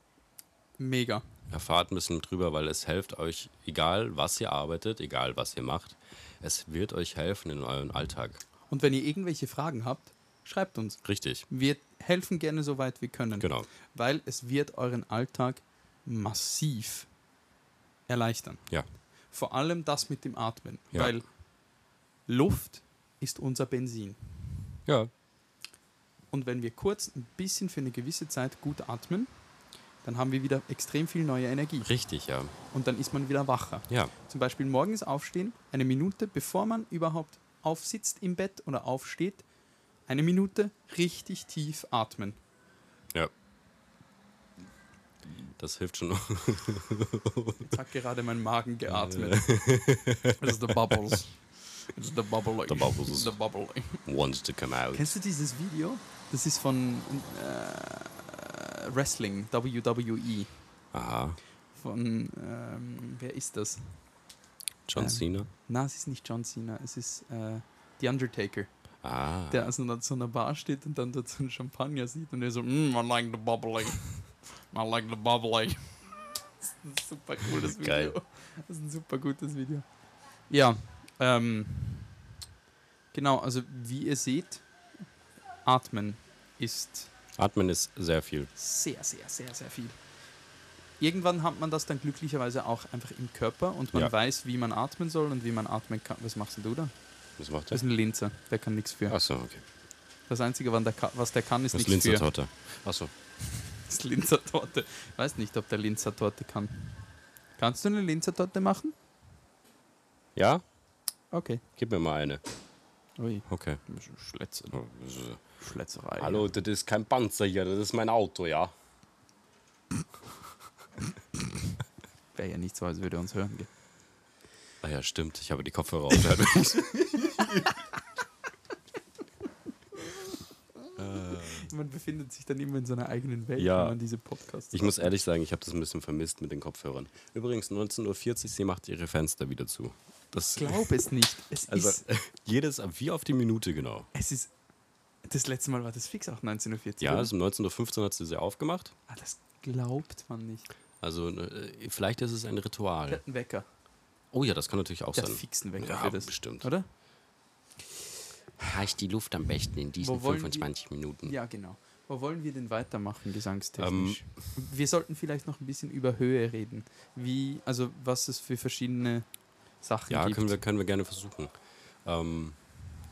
[SPEAKER 2] Mega.
[SPEAKER 3] erfahrt ein bisschen drüber, weil es hilft euch, egal was ihr arbeitet, egal was ihr macht, es wird euch helfen in eurem Alltag.
[SPEAKER 2] Und wenn ihr irgendwelche Fragen habt, schreibt uns.
[SPEAKER 3] Richtig.
[SPEAKER 2] Wir helfen gerne so weit wir können.
[SPEAKER 3] Genau.
[SPEAKER 2] Weil es wird euren Alltag massiv erleichtern.
[SPEAKER 3] Ja.
[SPEAKER 2] Vor allem das mit dem Atmen.
[SPEAKER 3] Ja.
[SPEAKER 2] Weil Luft ist unser Benzin.
[SPEAKER 3] Ja.
[SPEAKER 2] Und wenn wir kurz ein bisschen für eine gewisse Zeit gut atmen, dann haben wir wieder extrem viel neue Energie.
[SPEAKER 3] Richtig, ja.
[SPEAKER 2] Und dann ist man wieder wacher.
[SPEAKER 3] Ja.
[SPEAKER 2] Zum Beispiel morgens aufstehen, eine Minute, bevor man überhaupt aufsitzt im Bett oder aufsteht, eine Minute richtig tief atmen.
[SPEAKER 3] Ja. Das hilft schon.
[SPEAKER 2] Jetzt hat gerade mein Magen geatmet. Das ist der Bubbles. Das ist der Bubble.
[SPEAKER 3] The bubbles.
[SPEAKER 2] The bubble.
[SPEAKER 3] Wants to come out.
[SPEAKER 2] Kennst du dieses Video? Das ist von äh, Wrestling, WWE.
[SPEAKER 3] Aha.
[SPEAKER 2] Von, ähm, wer ist das?
[SPEAKER 3] John
[SPEAKER 2] Ähm.
[SPEAKER 3] Cena.
[SPEAKER 2] Na, es ist nicht John Cena, es ist äh, The Undertaker,
[SPEAKER 3] Ah.
[SPEAKER 2] der also an so einer Bar steht und dann dort so einen Champagner sieht und er so, mm, I like the bubbly. I like the bubbly. Das ist ein super cooles Video.
[SPEAKER 3] Geil.
[SPEAKER 2] Das ist ein super gutes Video. Ja, ähm, genau, also wie ihr seht, atmen ist
[SPEAKER 3] Atmen ist sehr viel.
[SPEAKER 2] sehr, sehr, sehr, sehr viel. Irgendwann hat man das dann glücklicherweise auch einfach im Körper und man
[SPEAKER 3] Ja.
[SPEAKER 2] weiß, wie man atmen soll und wie man atmen kann. Was machst denn du da?
[SPEAKER 3] Was macht
[SPEAKER 2] Das
[SPEAKER 3] das?
[SPEAKER 2] ist ein Linzer, der kann nichts für.
[SPEAKER 3] Achso, okay.
[SPEAKER 2] Das Einzige, wann der ka- was der kann, ist
[SPEAKER 3] Das ist
[SPEAKER 2] nichts für.
[SPEAKER 3] Linzertorte. Achso.
[SPEAKER 2] Das Linzer Torte. Weiß nicht, ob der Linzer Torte kann. Kannst du eine Linzer Torte machen?
[SPEAKER 3] Ja?
[SPEAKER 2] Okay.
[SPEAKER 3] Gib mir mal eine.
[SPEAKER 2] Ui,
[SPEAKER 3] Okay.
[SPEAKER 2] Schletzer, Schletzerei.
[SPEAKER 3] Hallo, das ist kein Panzer hier, das ist mein Auto, ja.
[SPEAKER 2] Wäre ja nicht so, als würde er uns hören. gell?
[SPEAKER 3] Ah ja, stimmt. Ich habe die Kopfhörer auf.
[SPEAKER 2] Man befindet sich dann immer in seiner eigenen Welt,
[SPEAKER 3] Ja.
[SPEAKER 2] wenn man diese Podcasts
[SPEAKER 3] ich muss ehrlich sagen, ich habe das ein bisschen vermisst mit den Kopfhörern. Übrigens, 19.40 Uhr, sie macht ihre Fenster wieder zu. Das,
[SPEAKER 2] Glaub es nicht. Es
[SPEAKER 3] also,
[SPEAKER 2] ist
[SPEAKER 3] jedes, wie auf die Minute genau.
[SPEAKER 2] Es ist. Das letzte Mal war das fix auch 1940.
[SPEAKER 3] Ja,
[SPEAKER 2] oder?
[SPEAKER 3] also um 19.15 Uhr hat sie sie aufgemacht.
[SPEAKER 2] ah, das glaubt man nicht.
[SPEAKER 3] Also, äh, vielleicht ist es ein
[SPEAKER 2] Der
[SPEAKER 3] Ritual.
[SPEAKER 2] hat einen Wecker.
[SPEAKER 3] Oh ja, das kann natürlich auch
[SPEAKER 2] Der hat
[SPEAKER 3] sein.
[SPEAKER 2] fix einen Wecker
[SPEAKER 3] Ja,
[SPEAKER 2] für das.
[SPEAKER 3] bestimmt.
[SPEAKER 2] Oder?
[SPEAKER 3] Reicht die Luft am besten in diesen
[SPEAKER 2] Wo wollen die-
[SPEAKER 3] 25 Minuten?
[SPEAKER 2] Ja, genau. Wo wollen wir denn weitermachen, gesangstechnisch?
[SPEAKER 3] Ähm.
[SPEAKER 2] wir sollten vielleicht noch ein bisschen über Höhe reden. Wie, also was es für verschiedene Sachen
[SPEAKER 3] Ja,
[SPEAKER 2] gibt.
[SPEAKER 3] können wir, können wir gerne versuchen. Ähm,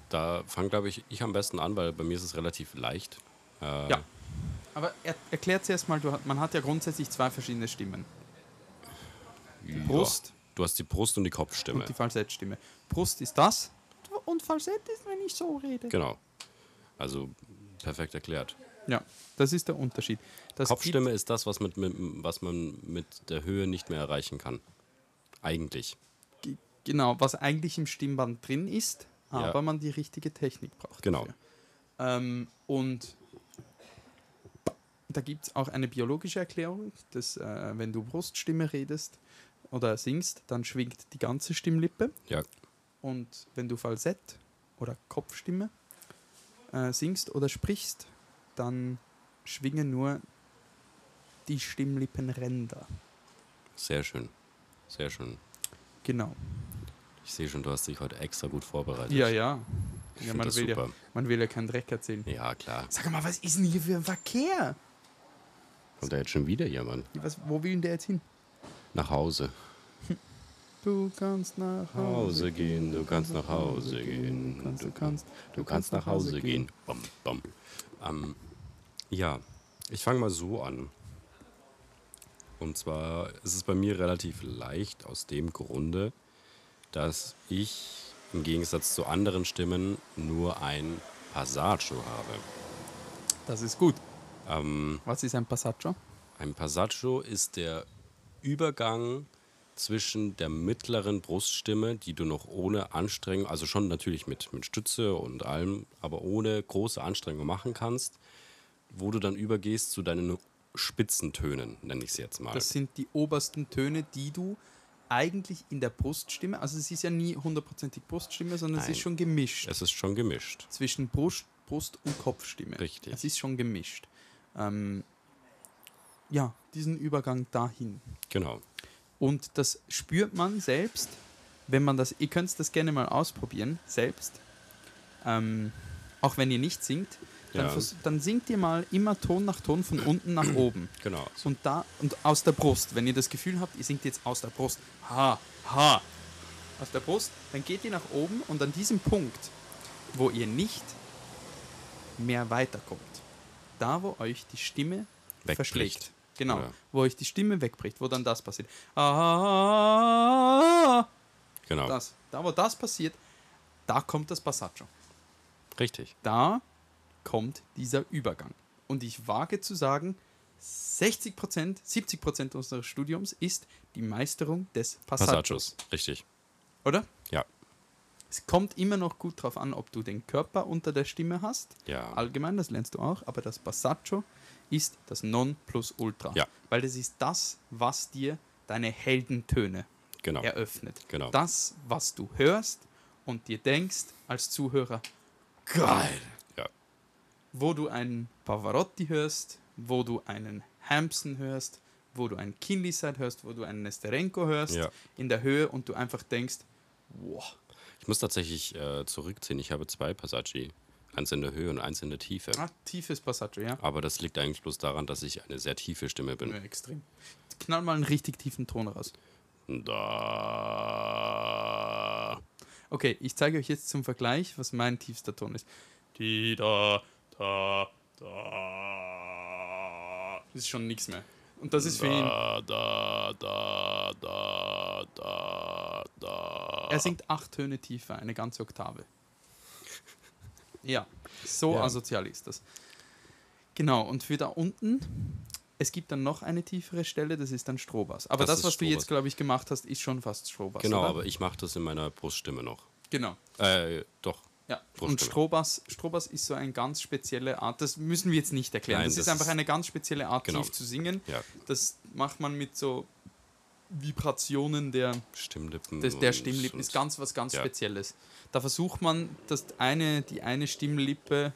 [SPEAKER 3] da fange, glaube ich, ich am besten an, weil bei mir ist es relativ leicht. Äh,
[SPEAKER 2] Ja. Aber er, erklärt zuerst mal, du, hat- man hat ja grundsätzlich zwei verschiedene Stimmen.
[SPEAKER 3] ja.
[SPEAKER 2] Brust
[SPEAKER 3] Du hast die Brust und die Kopfstimme.
[SPEAKER 2] und die Falsettstimme. Brust ist das und Falsett ist, wenn ich so rede.
[SPEAKER 3] genau. Also perfekt erklärt.
[SPEAKER 2] Ja, das ist der Unterschied. Das gibt-
[SPEAKER 3] Kopfstimme ist das, was, mit, mit, was man mit der Höhe nicht mehr erreichen kann. Eigentlich.
[SPEAKER 2] G- Genau, was eigentlich im Stimmband drin ist,
[SPEAKER 3] Ja.
[SPEAKER 2] aber man die richtige Technik braucht.
[SPEAKER 3] Genau.
[SPEAKER 2] dafür. Ähm, und da gibt es auch eine biologische Erklärung, dass äh, wenn du Bruststimme redest oder singst, dann schwingt die ganze Stimmlippe.
[SPEAKER 3] Ja.
[SPEAKER 2] Und wenn du Falsett oder Kopfstimme äh, singst oder sprichst, dann schwingen nur die Stimmlippenränder.
[SPEAKER 3] Sehr schön. Sehr schön.
[SPEAKER 2] Genau.
[SPEAKER 3] Ah, Ich sehe schon, du hast dich heute extra gut vorbereitet.
[SPEAKER 2] Ja, ja.
[SPEAKER 3] Ich
[SPEAKER 2] ja
[SPEAKER 3] find
[SPEAKER 2] man,
[SPEAKER 3] das
[SPEAKER 2] will ja,
[SPEAKER 3] super.
[SPEAKER 2] man will ja keinen Dreck erzählen.
[SPEAKER 3] Ja, klar.
[SPEAKER 2] Sag mal, was ist denn hier für ein Verkehr?
[SPEAKER 3] Kommt da jetzt schon wieder jemand?
[SPEAKER 2] Was, wo will denn der jetzt hin?
[SPEAKER 3] nach Hause.
[SPEAKER 1] Du kannst nach
[SPEAKER 3] Nach Hause gehen, du kannst nach Hause gehen. Du kannst, du kannst, nach Hause gehen. Bam, bam. Ähm, ja, ich fange mal so an. Und zwar ist es bei mir relativ leicht aus dem Grunde, dass ich im Gegensatz zu anderen Stimmen nur ein Passaggio habe.
[SPEAKER 2] Das ist gut.
[SPEAKER 3] Ähm,
[SPEAKER 2] Was ist ein Passaggio?
[SPEAKER 3] Ein Passaggio ist der Übergang zwischen der mittleren Bruststimme, die du noch ohne Anstrengung, also schon natürlich mit, mit Stütze und allem, aber ohne große Anstrengung machen kannst, wo du dann übergehst zu deinen Spitzentönen, nenne ich es jetzt mal.
[SPEAKER 2] Das sind die obersten Töne, die du eigentlich in der Bruststimme, also es ist ja nie hundertprozentig Bruststimme, sondern es
[SPEAKER 3] Nein.
[SPEAKER 2] ist schon gemischt
[SPEAKER 3] es ist schon gemischt.
[SPEAKER 2] zwischen Brust, Brust und Kopfstimme.
[SPEAKER 3] Richtig.
[SPEAKER 2] Es ist schon gemischt. Ähm, ja, diesen Übergang dahin.
[SPEAKER 3] Genau.
[SPEAKER 2] Und das spürt man selbst, wenn man das, ihr könnt das gerne mal ausprobieren, selbst. Ähm, auch wenn ihr nicht singt, dann,
[SPEAKER 3] Ja.
[SPEAKER 2] vers- dann singt ihr mal immer Ton nach Ton von unten nach oben.
[SPEAKER 3] Genau.
[SPEAKER 2] Und da und aus der Brust, wenn ihr das Gefühl habt, ihr singt jetzt aus der Brust. Ha, ha. Aus der Brust, dann geht ihr nach oben und an diesem Punkt, wo ihr nicht mehr weiterkommt, da wo euch die Stimme
[SPEAKER 3] Wegbricht.
[SPEAKER 2] verschlägt. Genau,
[SPEAKER 3] Ja.
[SPEAKER 2] wo euch die Stimme wegbricht, wo dann das passiert. Ah,
[SPEAKER 3] Genau.
[SPEAKER 2] das, da wo das passiert, da kommt das Passaggio
[SPEAKER 3] Richtig.
[SPEAKER 2] da kommt dieser Übergang. Und ich wage zu sagen, 60%, 70% unseres Studiums ist die Meisterung des Passagos.
[SPEAKER 3] Passaggios. Richtig.
[SPEAKER 2] Oder?
[SPEAKER 3] Ja.
[SPEAKER 2] Es kommt immer noch gut drauf an, ob du den Körper unter der Stimme hast.
[SPEAKER 3] Ja.
[SPEAKER 2] Allgemein, das lernst du auch. Aber das Passaggio ist das Nonplusultra.
[SPEAKER 3] Ja.
[SPEAKER 2] Weil das ist das, was dir deine Heldentöne
[SPEAKER 3] Genau.
[SPEAKER 2] eröffnet.
[SPEAKER 3] Genau.
[SPEAKER 2] Das, was du hörst und dir denkst als Zuhörer, geil
[SPEAKER 3] Ja.
[SPEAKER 2] wo du einen Pavarotti hörst, wo du einen Hampson hörst, wo du einen Kinleyside hörst, wo du einen Nesterenko hörst,
[SPEAKER 3] Ja.
[SPEAKER 2] in der Höhe und du einfach denkst, wow,
[SPEAKER 3] Ich muss tatsächlich äh, zurückziehen. Ich habe zwei Passaggi. Eins in der Höhe und eins in der Tiefe.
[SPEAKER 2] ah, tiefes Passaggio, ja.
[SPEAKER 3] Aber das liegt eigentlich bloß daran, dass ich eine sehr tiefe Stimme
[SPEAKER 2] ja.
[SPEAKER 3] bin.
[SPEAKER 2] Extrem. Knall mal einen richtig tiefen Ton raus.
[SPEAKER 3] Ah, Da.
[SPEAKER 2] Okay, ich zeige euch jetzt zum Vergleich, was mein tiefster Ton ist.
[SPEAKER 1] Die da, da, da.
[SPEAKER 2] Das ist schon nichts mehr. Und das ist für ihn.
[SPEAKER 3] Da, da, da, da, da, da.
[SPEAKER 2] Er singt acht Töne tiefer, eine ganze Oktave. Ja, so
[SPEAKER 3] Ja.
[SPEAKER 2] asozial ist das. Genau, und für da unten, es gibt dann noch eine tiefere Stelle, das ist dann Strohbass. Aber
[SPEAKER 3] Das
[SPEAKER 2] das,
[SPEAKER 3] ist
[SPEAKER 2] was du jetzt,
[SPEAKER 3] Strohbass.
[SPEAKER 2] glaube ich, gemacht hast, ist schon fast Strohbass.
[SPEAKER 3] Genau,
[SPEAKER 2] oder?
[SPEAKER 3] aber ich mache das in meiner Bruststimme noch.
[SPEAKER 2] Genau.
[SPEAKER 3] Äh, doch.
[SPEAKER 2] Ja.
[SPEAKER 3] Bruststimme.
[SPEAKER 2] Und Strohbass, Strohbass ist so eine ganz spezielle Art, das müssen wir jetzt nicht erklären.
[SPEAKER 3] Nein,
[SPEAKER 2] das,
[SPEAKER 3] das
[SPEAKER 2] ist einfach
[SPEAKER 3] ist-
[SPEAKER 2] eine ganz spezielle Art,
[SPEAKER 3] Genau.
[SPEAKER 2] tief zu singen.
[SPEAKER 3] Ja,
[SPEAKER 2] Das macht man mit so Vibrationen der,
[SPEAKER 3] Stimmlippen.
[SPEAKER 2] Das, der
[SPEAKER 3] und-
[SPEAKER 2] Stimmlippen
[SPEAKER 3] und-
[SPEAKER 2] ist ganz was ganz
[SPEAKER 3] Äh, ja.
[SPEAKER 2] Spezielles. Da versucht man, das eine, die eine Stimmlippe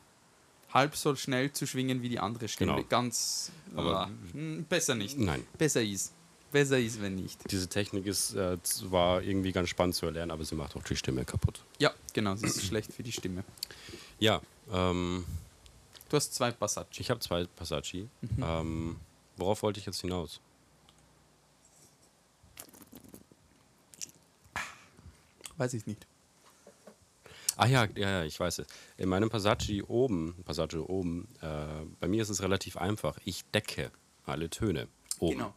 [SPEAKER 2] halb so schnell zu schwingen wie die andere Stimmlippe.
[SPEAKER 3] Genau.
[SPEAKER 2] Ganz.
[SPEAKER 3] Aber-
[SPEAKER 2] Ah, hm, besser nicht.
[SPEAKER 3] Nein.
[SPEAKER 2] Besser ist. Besser ist, wenn nicht.
[SPEAKER 3] Diese Technik ist äh, zwar irgendwie ganz spannend zu erlernen, aber sie macht auch die Stimme kaputt.
[SPEAKER 2] Ja, genau, es ist schlecht für die Stimme.
[SPEAKER 3] Ja, ähm,
[SPEAKER 2] Du hast zwei Passaggi.
[SPEAKER 3] ich habe zwei Passaggi.
[SPEAKER 2] Mhm.
[SPEAKER 3] Ähm, worauf wollte ich jetzt hinaus?
[SPEAKER 2] Weiß ich nicht.
[SPEAKER 3] Ah ja, ja, ja, ich weiß es. In meinem Passaggi oben, Passaggio oben, äh, bei mir ist es relativ einfach. Ich decke alle Töne oben.
[SPEAKER 2] Genau.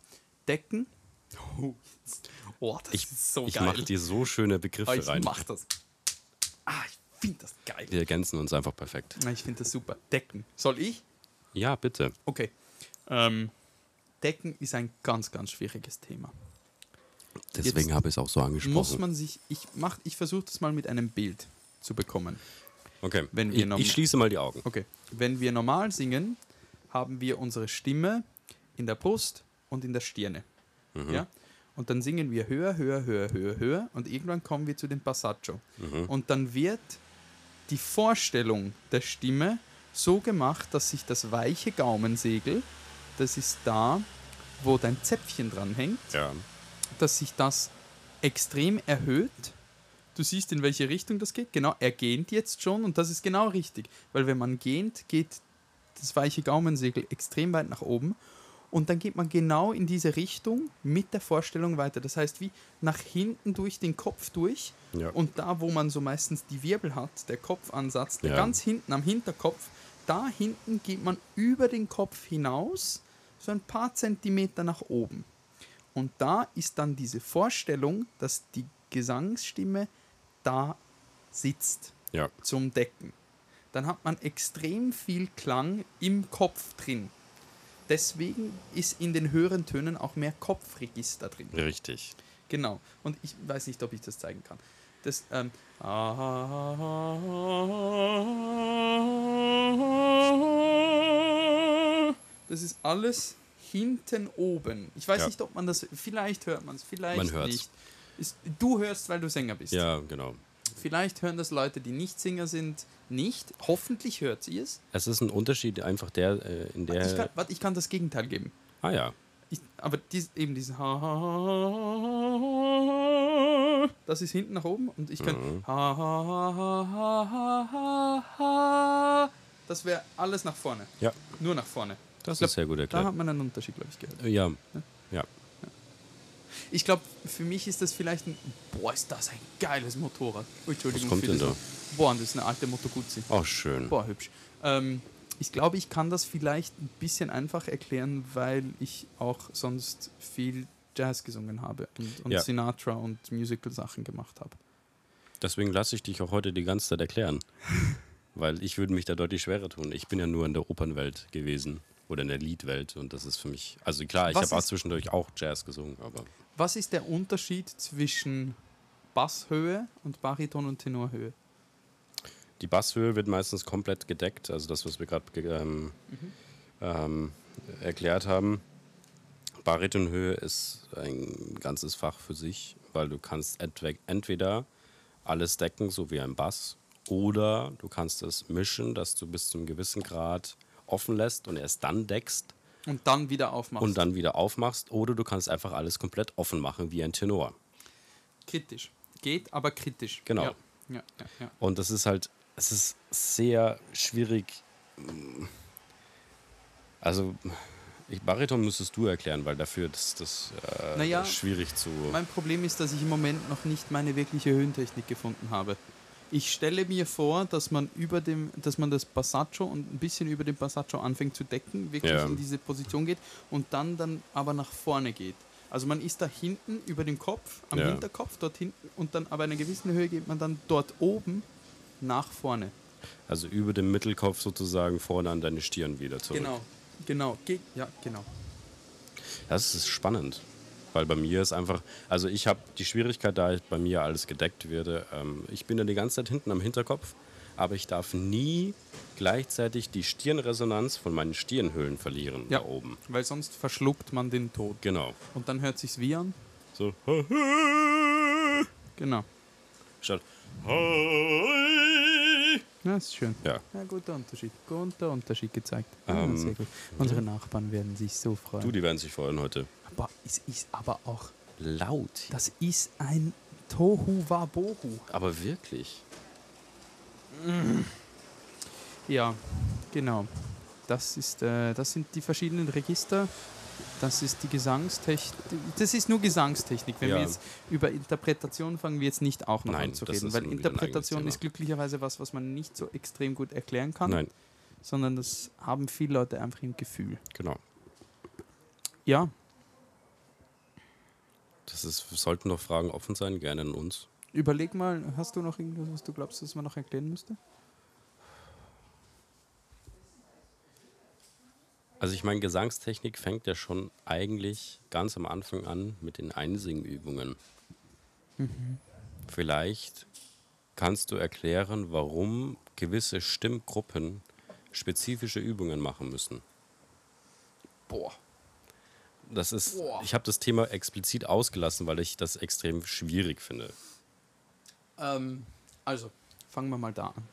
[SPEAKER 2] Decken. Oh, das
[SPEAKER 3] Ich,
[SPEAKER 2] ist so
[SPEAKER 3] ich
[SPEAKER 2] geil.
[SPEAKER 3] mache dir so schöne
[SPEAKER 2] Ah,
[SPEAKER 3] Begriffe
[SPEAKER 2] ich
[SPEAKER 3] rein.
[SPEAKER 2] mach das. Ah, ich finde das geil.
[SPEAKER 3] Wir ergänzen uns einfach perfekt.
[SPEAKER 2] Ah, Ich finde das super. Decken. Soll ich?
[SPEAKER 3] Ja, bitte.
[SPEAKER 2] Okay.
[SPEAKER 1] Ähm,
[SPEAKER 2] Decken ist ein ganz, ganz schwieriges Thema.
[SPEAKER 3] Deswegen habe ich es auch so angesprochen.
[SPEAKER 2] muss man sich, ich mach, ich versuche das mal mit einem Bild zu bekommen.
[SPEAKER 3] okay,
[SPEAKER 2] wenn wir
[SPEAKER 3] ich,
[SPEAKER 2] noch-
[SPEAKER 3] ich schließe mal die Augen.
[SPEAKER 2] Okay, wenn wir normal singen, haben wir unsere Stimme in der Brust und in der Stirne. Ja? Und dann singen wir höher, höher, höher, höher, höher und irgendwann kommen wir zu dem Passaggio. Und dann wird die Vorstellung der Stimme so gemacht, dass sich das weiche Gaumensegel, das ist da, wo dein Zäpfchen dranhängt,
[SPEAKER 3] Ja,
[SPEAKER 2] dass sich das extrem erhöht. Du siehst, in welche Richtung das geht. Genau, er gähnt jetzt schon und das ist genau richtig. Weil wenn man gähnt, geht das weiche Gaumensegel extrem weit nach oben Und dann geht man genau in diese Richtung mit der Vorstellung weiter. Das heißt, wie nach hinten durch den Kopf durch.
[SPEAKER 3] Ja.
[SPEAKER 2] Und da, wo man so meistens die Wirbel hat, der Kopfansatz, der
[SPEAKER 3] Ja.
[SPEAKER 2] ganz hinten am Hinterkopf, da hinten geht man über den Kopf hinaus, so ein paar Zentimeter nach oben. Und da ist dann diese Vorstellung, dass die Gesangsstimme da sitzt
[SPEAKER 3] Ja.
[SPEAKER 2] zum Decken. Dann hat man extrem viel Klang im Kopf drin. Deswegen ist in den höheren Tönen auch mehr Kopfregister drin.
[SPEAKER 3] Richtig.
[SPEAKER 2] Genau. Und ich weiß nicht, ob ich das zeigen kann. Das, ähm, das ist alles hinten oben. Ich weiß
[SPEAKER 3] Ja.
[SPEAKER 2] nicht, ob man das. Vielleicht hört man es, vielleicht
[SPEAKER 3] Man hört's.
[SPEAKER 2] nicht. Ist, du hörst, weil du Sänger bist.
[SPEAKER 3] Ja, genau.
[SPEAKER 2] Vielleicht hören das Leute, die nicht Sänger sind, nicht. Hoffentlich hört sie es.
[SPEAKER 3] Es ist ein Unterschied, einfach der, äh, in
[SPEAKER 2] Ich kann,
[SPEAKER 3] der.
[SPEAKER 2] warte, ich kann das Gegenteil geben.
[SPEAKER 3] Ah ja.
[SPEAKER 2] Ich, aber dies, eben diesen Ha Das ist hinten nach oben und ich kann
[SPEAKER 3] Mhm.
[SPEAKER 2] Ha Ha Ha Ha Ha Ha Ha Das wäre alles nach vorne.
[SPEAKER 3] Ja,
[SPEAKER 2] Nur nach vorne.
[SPEAKER 3] das
[SPEAKER 2] glaub,
[SPEAKER 3] ist sehr gut
[SPEAKER 2] Da
[SPEAKER 3] erklärt.
[SPEAKER 2] hat man einen Unterschied, glaube ich, gehört.
[SPEAKER 3] Äh, Ja. Ja.
[SPEAKER 2] Ich glaube, für mich ist das vielleicht ein. Boah, ist das ein geiles Motorrad. Oh, Entschuldigung,
[SPEAKER 3] kommt
[SPEAKER 2] für
[SPEAKER 3] denn
[SPEAKER 2] das-
[SPEAKER 3] da?
[SPEAKER 2] Boah, das ist eine alte Moto Guzzi.
[SPEAKER 3] Auch Oh, schön.
[SPEAKER 2] Boah, hübsch. Ähm, ich glaube, ich kann das vielleicht ein bisschen einfach erklären, weil ich auch sonst viel Jazz gesungen habe und, und
[SPEAKER 3] Ja.
[SPEAKER 2] Sinatra und Musical-Sachen gemacht habe.
[SPEAKER 3] Deswegen lasse ich dich auch heute die ganze Zeit erklären. Weil ich würde mich da deutlich schwerer tun. Ich bin ja nur in der Opernwelt gewesen oder in der Liedwelt und das ist für mich. Also klar, ich
[SPEAKER 2] Was
[SPEAKER 3] habe auch
[SPEAKER 2] ist-
[SPEAKER 3] zwischendurch auch Jazz gesungen, aber
[SPEAKER 2] Was ist der Unterschied zwischen Basshöhe und Bariton- und Tenorhöhe?
[SPEAKER 3] die Basshöhe wird meistens komplett gedeckt. Also das, was wir gerade ge- ähm, ähm, erklärt haben. Baritonhöhe ist ein ganzes Fach für sich, weil du kannst entwe- entweder alles decken, so wie ein Bass, oder du kannst es mischen, dass du bis zu einem gewissen Grad offen lässt und erst dann deckst
[SPEAKER 2] Und dann wieder aufmachen.
[SPEAKER 3] und dann wieder aufmachst, oder du kannst einfach alles komplett offen machen, wie ein Tenor.
[SPEAKER 2] kritisch. Geht, aber kritisch.
[SPEAKER 3] Genau.
[SPEAKER 2] Ja, ja, ja, ja.
[SPEAKER 3] Und das ist halt, es ist sehr schwierig. mm, Also, ich, Bariton müsstest du erklären, weil dafür das, das äh,
[SPEAKER 2] Naja,
[SPEAKER 3] schwierig zu.
[SPEAKER 2] Mein Problem ist, dass ich im Moment noch nicht meine wirkliche Höhentechnik gefunden habe. Ich stelle mir vor, dass man über dem, dass man das Passaggio und ein bisschen über dem Passaggio anfängt zu decken, wirklich
[SPEAKER 3] Ja.
[SPEAKER 2] in diese Position geht und dann dann aber nach vorne geht. Also man ist da hinten über dem Kopf, am
[SPEAKER 3] Ja.
[SPEAKER 2] Hinterkopf dort hinten und dann ab einer gewissen Höhe geht man dann dort oben nach vorne.
[SPEAKER 3] Also über dem Mittelkopf sozusagen vorne an deine Stirn wieder zurück.
[SPEAKER 2] Genau, genau, Ge ja, genau.
[SPEAKER 3] Das ist spannend. Weil bei mir ist einfach, also ich habe die Schwierigkeit, da ich bei mir alles gedeckt werde. Ähm, ich bin ja die ganze Zeit hinten am Hinterkopf, aber ich darf nie gleichzeitig die Stirnresonanz von meinen Stirnhöhlen verlieren
[SPEAKER 2] Ja,
[SPEAKER 3] da oben.
[SPEAKER 2] weil sonst verschluckt man den Tod
[SPEAKER 3] Genau.
[SPEAKER 2] und dann hört sich's wie an.
[SPEAKER 3] So.
[SPEAKER 2] Genau.
[SPEAKER 3] Statt.
[SPEAKER 2] Ja, ist schön.
[SPEAKER 3] Ja.
[SPEAKER 2] Ja, guter Unterschied. Guter Unterschied gezeigt. Ja, sehr gut. Unsere Nachbarn werden sich so freuen.
[SPEAKER 3] Ähm, Du, die werden sich freuen heute.
[SPEAKER 2] aber es ist aber auch,
[SPEAKER 3] Laut.
[SPEAKER 2] das ist ein Tohu Wabohu.
[SPEAKER 3] Aber wirklich.
[SPEAKER 2] Ja, genau. Das, ist, äh, das sind die verschiedenen Register. Das ist die Gesangstechnik. Das ist nur Gesangstechnik. Wenn wir
[SPEAKER 3] Ja.
[SPEAKER 2] jetzt über Interpretation fangen, wir jetzt nicht auch noch
[SPEAKER 3] Nein,
[SPEAKER 2] an zu
[SPEAKER 3] das
[SPEAKER 2] reden,
[SPEAKER 3] ist
[SPEAKER 2] weil
[SPEAKER 3] ein- wieder ein
[SPEAKER 2] Interpretation
[SPEAKER 3] eigenes
[SPEAKER 2] ist glücklicherweise was, was man nicht so extrem gut erklären kann,
[SPEAKER 3] Nein,
[SPEAKER 2] sondern das haben viele Leute einfach im Gefühl.
[SPEAKER 3] genau.
[SPEAKER 2] Ja,
[SPEAKER 3] Das ist, sollten noch Fragen offen sein, gerne an uns.
[SPEAKER 2] Überleg mal, hast du noch irgendwas, was du glaubst, dass man noch erklären müsste?
[SPEAKER 3] Also ich meine, Gesangstechnik fängt ja schon eigentlich ganz am Anfang an mit den Einsingübungen. Vielleicht kannst du erklären, warum gewisse Stimmgruppen spezifische Übungen machen müssen.
[SPEAKER 2] Boah.
[SPEAKER 3] Das ist,
[SPEAKER 2] Boah.
[SPEAKER 3] ich habe das Thema explizit ausgelassen, weil ich das extrem schwierig finde.
[SPEAKER 2] Ähm, also, fangen wir mal da an.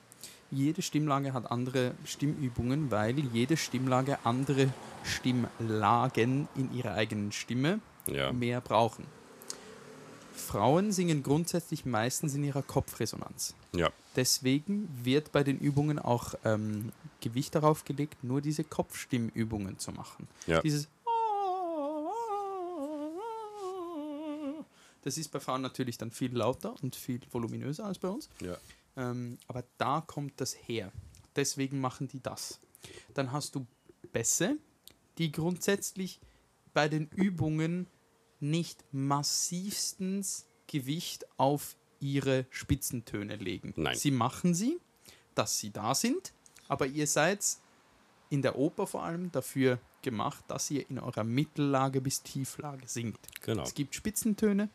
[SPEAKER 2] Jede Stimmlage hat andere Stimmübungen, weil jede Stimmlage andere Stimmlagen in ihrer eigenen Stimme
[SPEAKER 3] Ja.
[SPEAKER 2] mehr brauchen. Frauen singen grundsätzlich meistens in ihrer Kopfresonanz.
[SPEAKER 3] Ja.
[SPEAKER 2] Deswegen wird bei den Übungen auch ähm, Gewicht darauf gelegt, nur diese Kopfstimmübungen zu machen.
[SPEAKER 3] Ja.
[SPEAKER 2] Dieses ah, Das ist bei Frauen natürlich dann viel lauter und viel voluminöser als bei uns.
[SPEAKER 3] Ja.
[SPEAKER 2] Ähm, aber da kommt das her. Deswegen machen die das. Dann hast du Bässe, die grundsätzlich bei den Übungen nicht massivstens Gewicht auf ihre Spitzentöne legen.
[SPEAKER 3] Nein.
[SPEAKER 2] Sie machen sie, dass sie da sind, aber ihr seid in der Oper vor allem dafür gemacht, dass ihr in eurer Mittellage bis Tieflage singt.
[SPEAKER 3] Genau.
[SPEAKER 2] Es gibt Spitzentöne,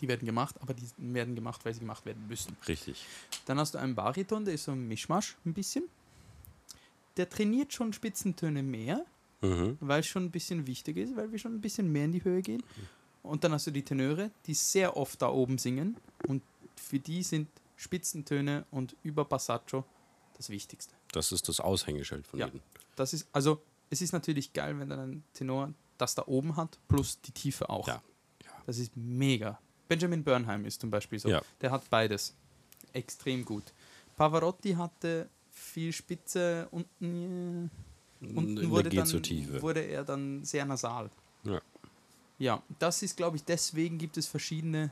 [SPEAKER 2] die werden gemacht, aber die werden gemacht, weil sie gemacht werden müssen.
[SPEAKER 3] Richtig.
[SPEAKER 2] Dann hast du einen Bariton, der ist so ein Mischmasch ein bisschen. Der trainiert schon Spitzentöne mehr,
[SPEAKER 3] Mhm.
[SPEAKER 2] weil es schon ein bisschen wichtig ist, weil wir schon ein bisschen mehr in die Höhe gehen. Und dann hast du die Tenöre, die sehr oft da oben singen. Und für die sind Spitzentöne und über Passaggio das Wichtigste.
[SPEAKER 3] Das ist das Aushängeschild von
[SPEAKER 2] Ja.
[SPEAKER 3] ihnen.
[SPEAKER 2] Das ist, also, es ist natürlich geil, wenn dann ein Tenor das da oben hat, plus die Tiefe auch.
[SPEAKER 3] Ja.
[SPEAKER 2] Das ist mega. Benjamin Bernheim ist zum Beispiel so.
[SPEAKER 3] Ja.
[SPEAKER 2] Der hat beides. Extrem gut. Pavarotti hatte viel Spitze unten. äh,
[SPEAKER 3] Da
[SPEAKER 2] Unten wurde,
[SPEAKER 3] geht
[SPEAKER 2] dann,
[SPEAKER 3] zur Tiefe.
[SPEAKER 2] wurde er dann sehr nasal.
[SPEAKER 3] Ja.
[SPEAKER 2] Ja, das ist, glaube ich, deswegen gibt es verschiedene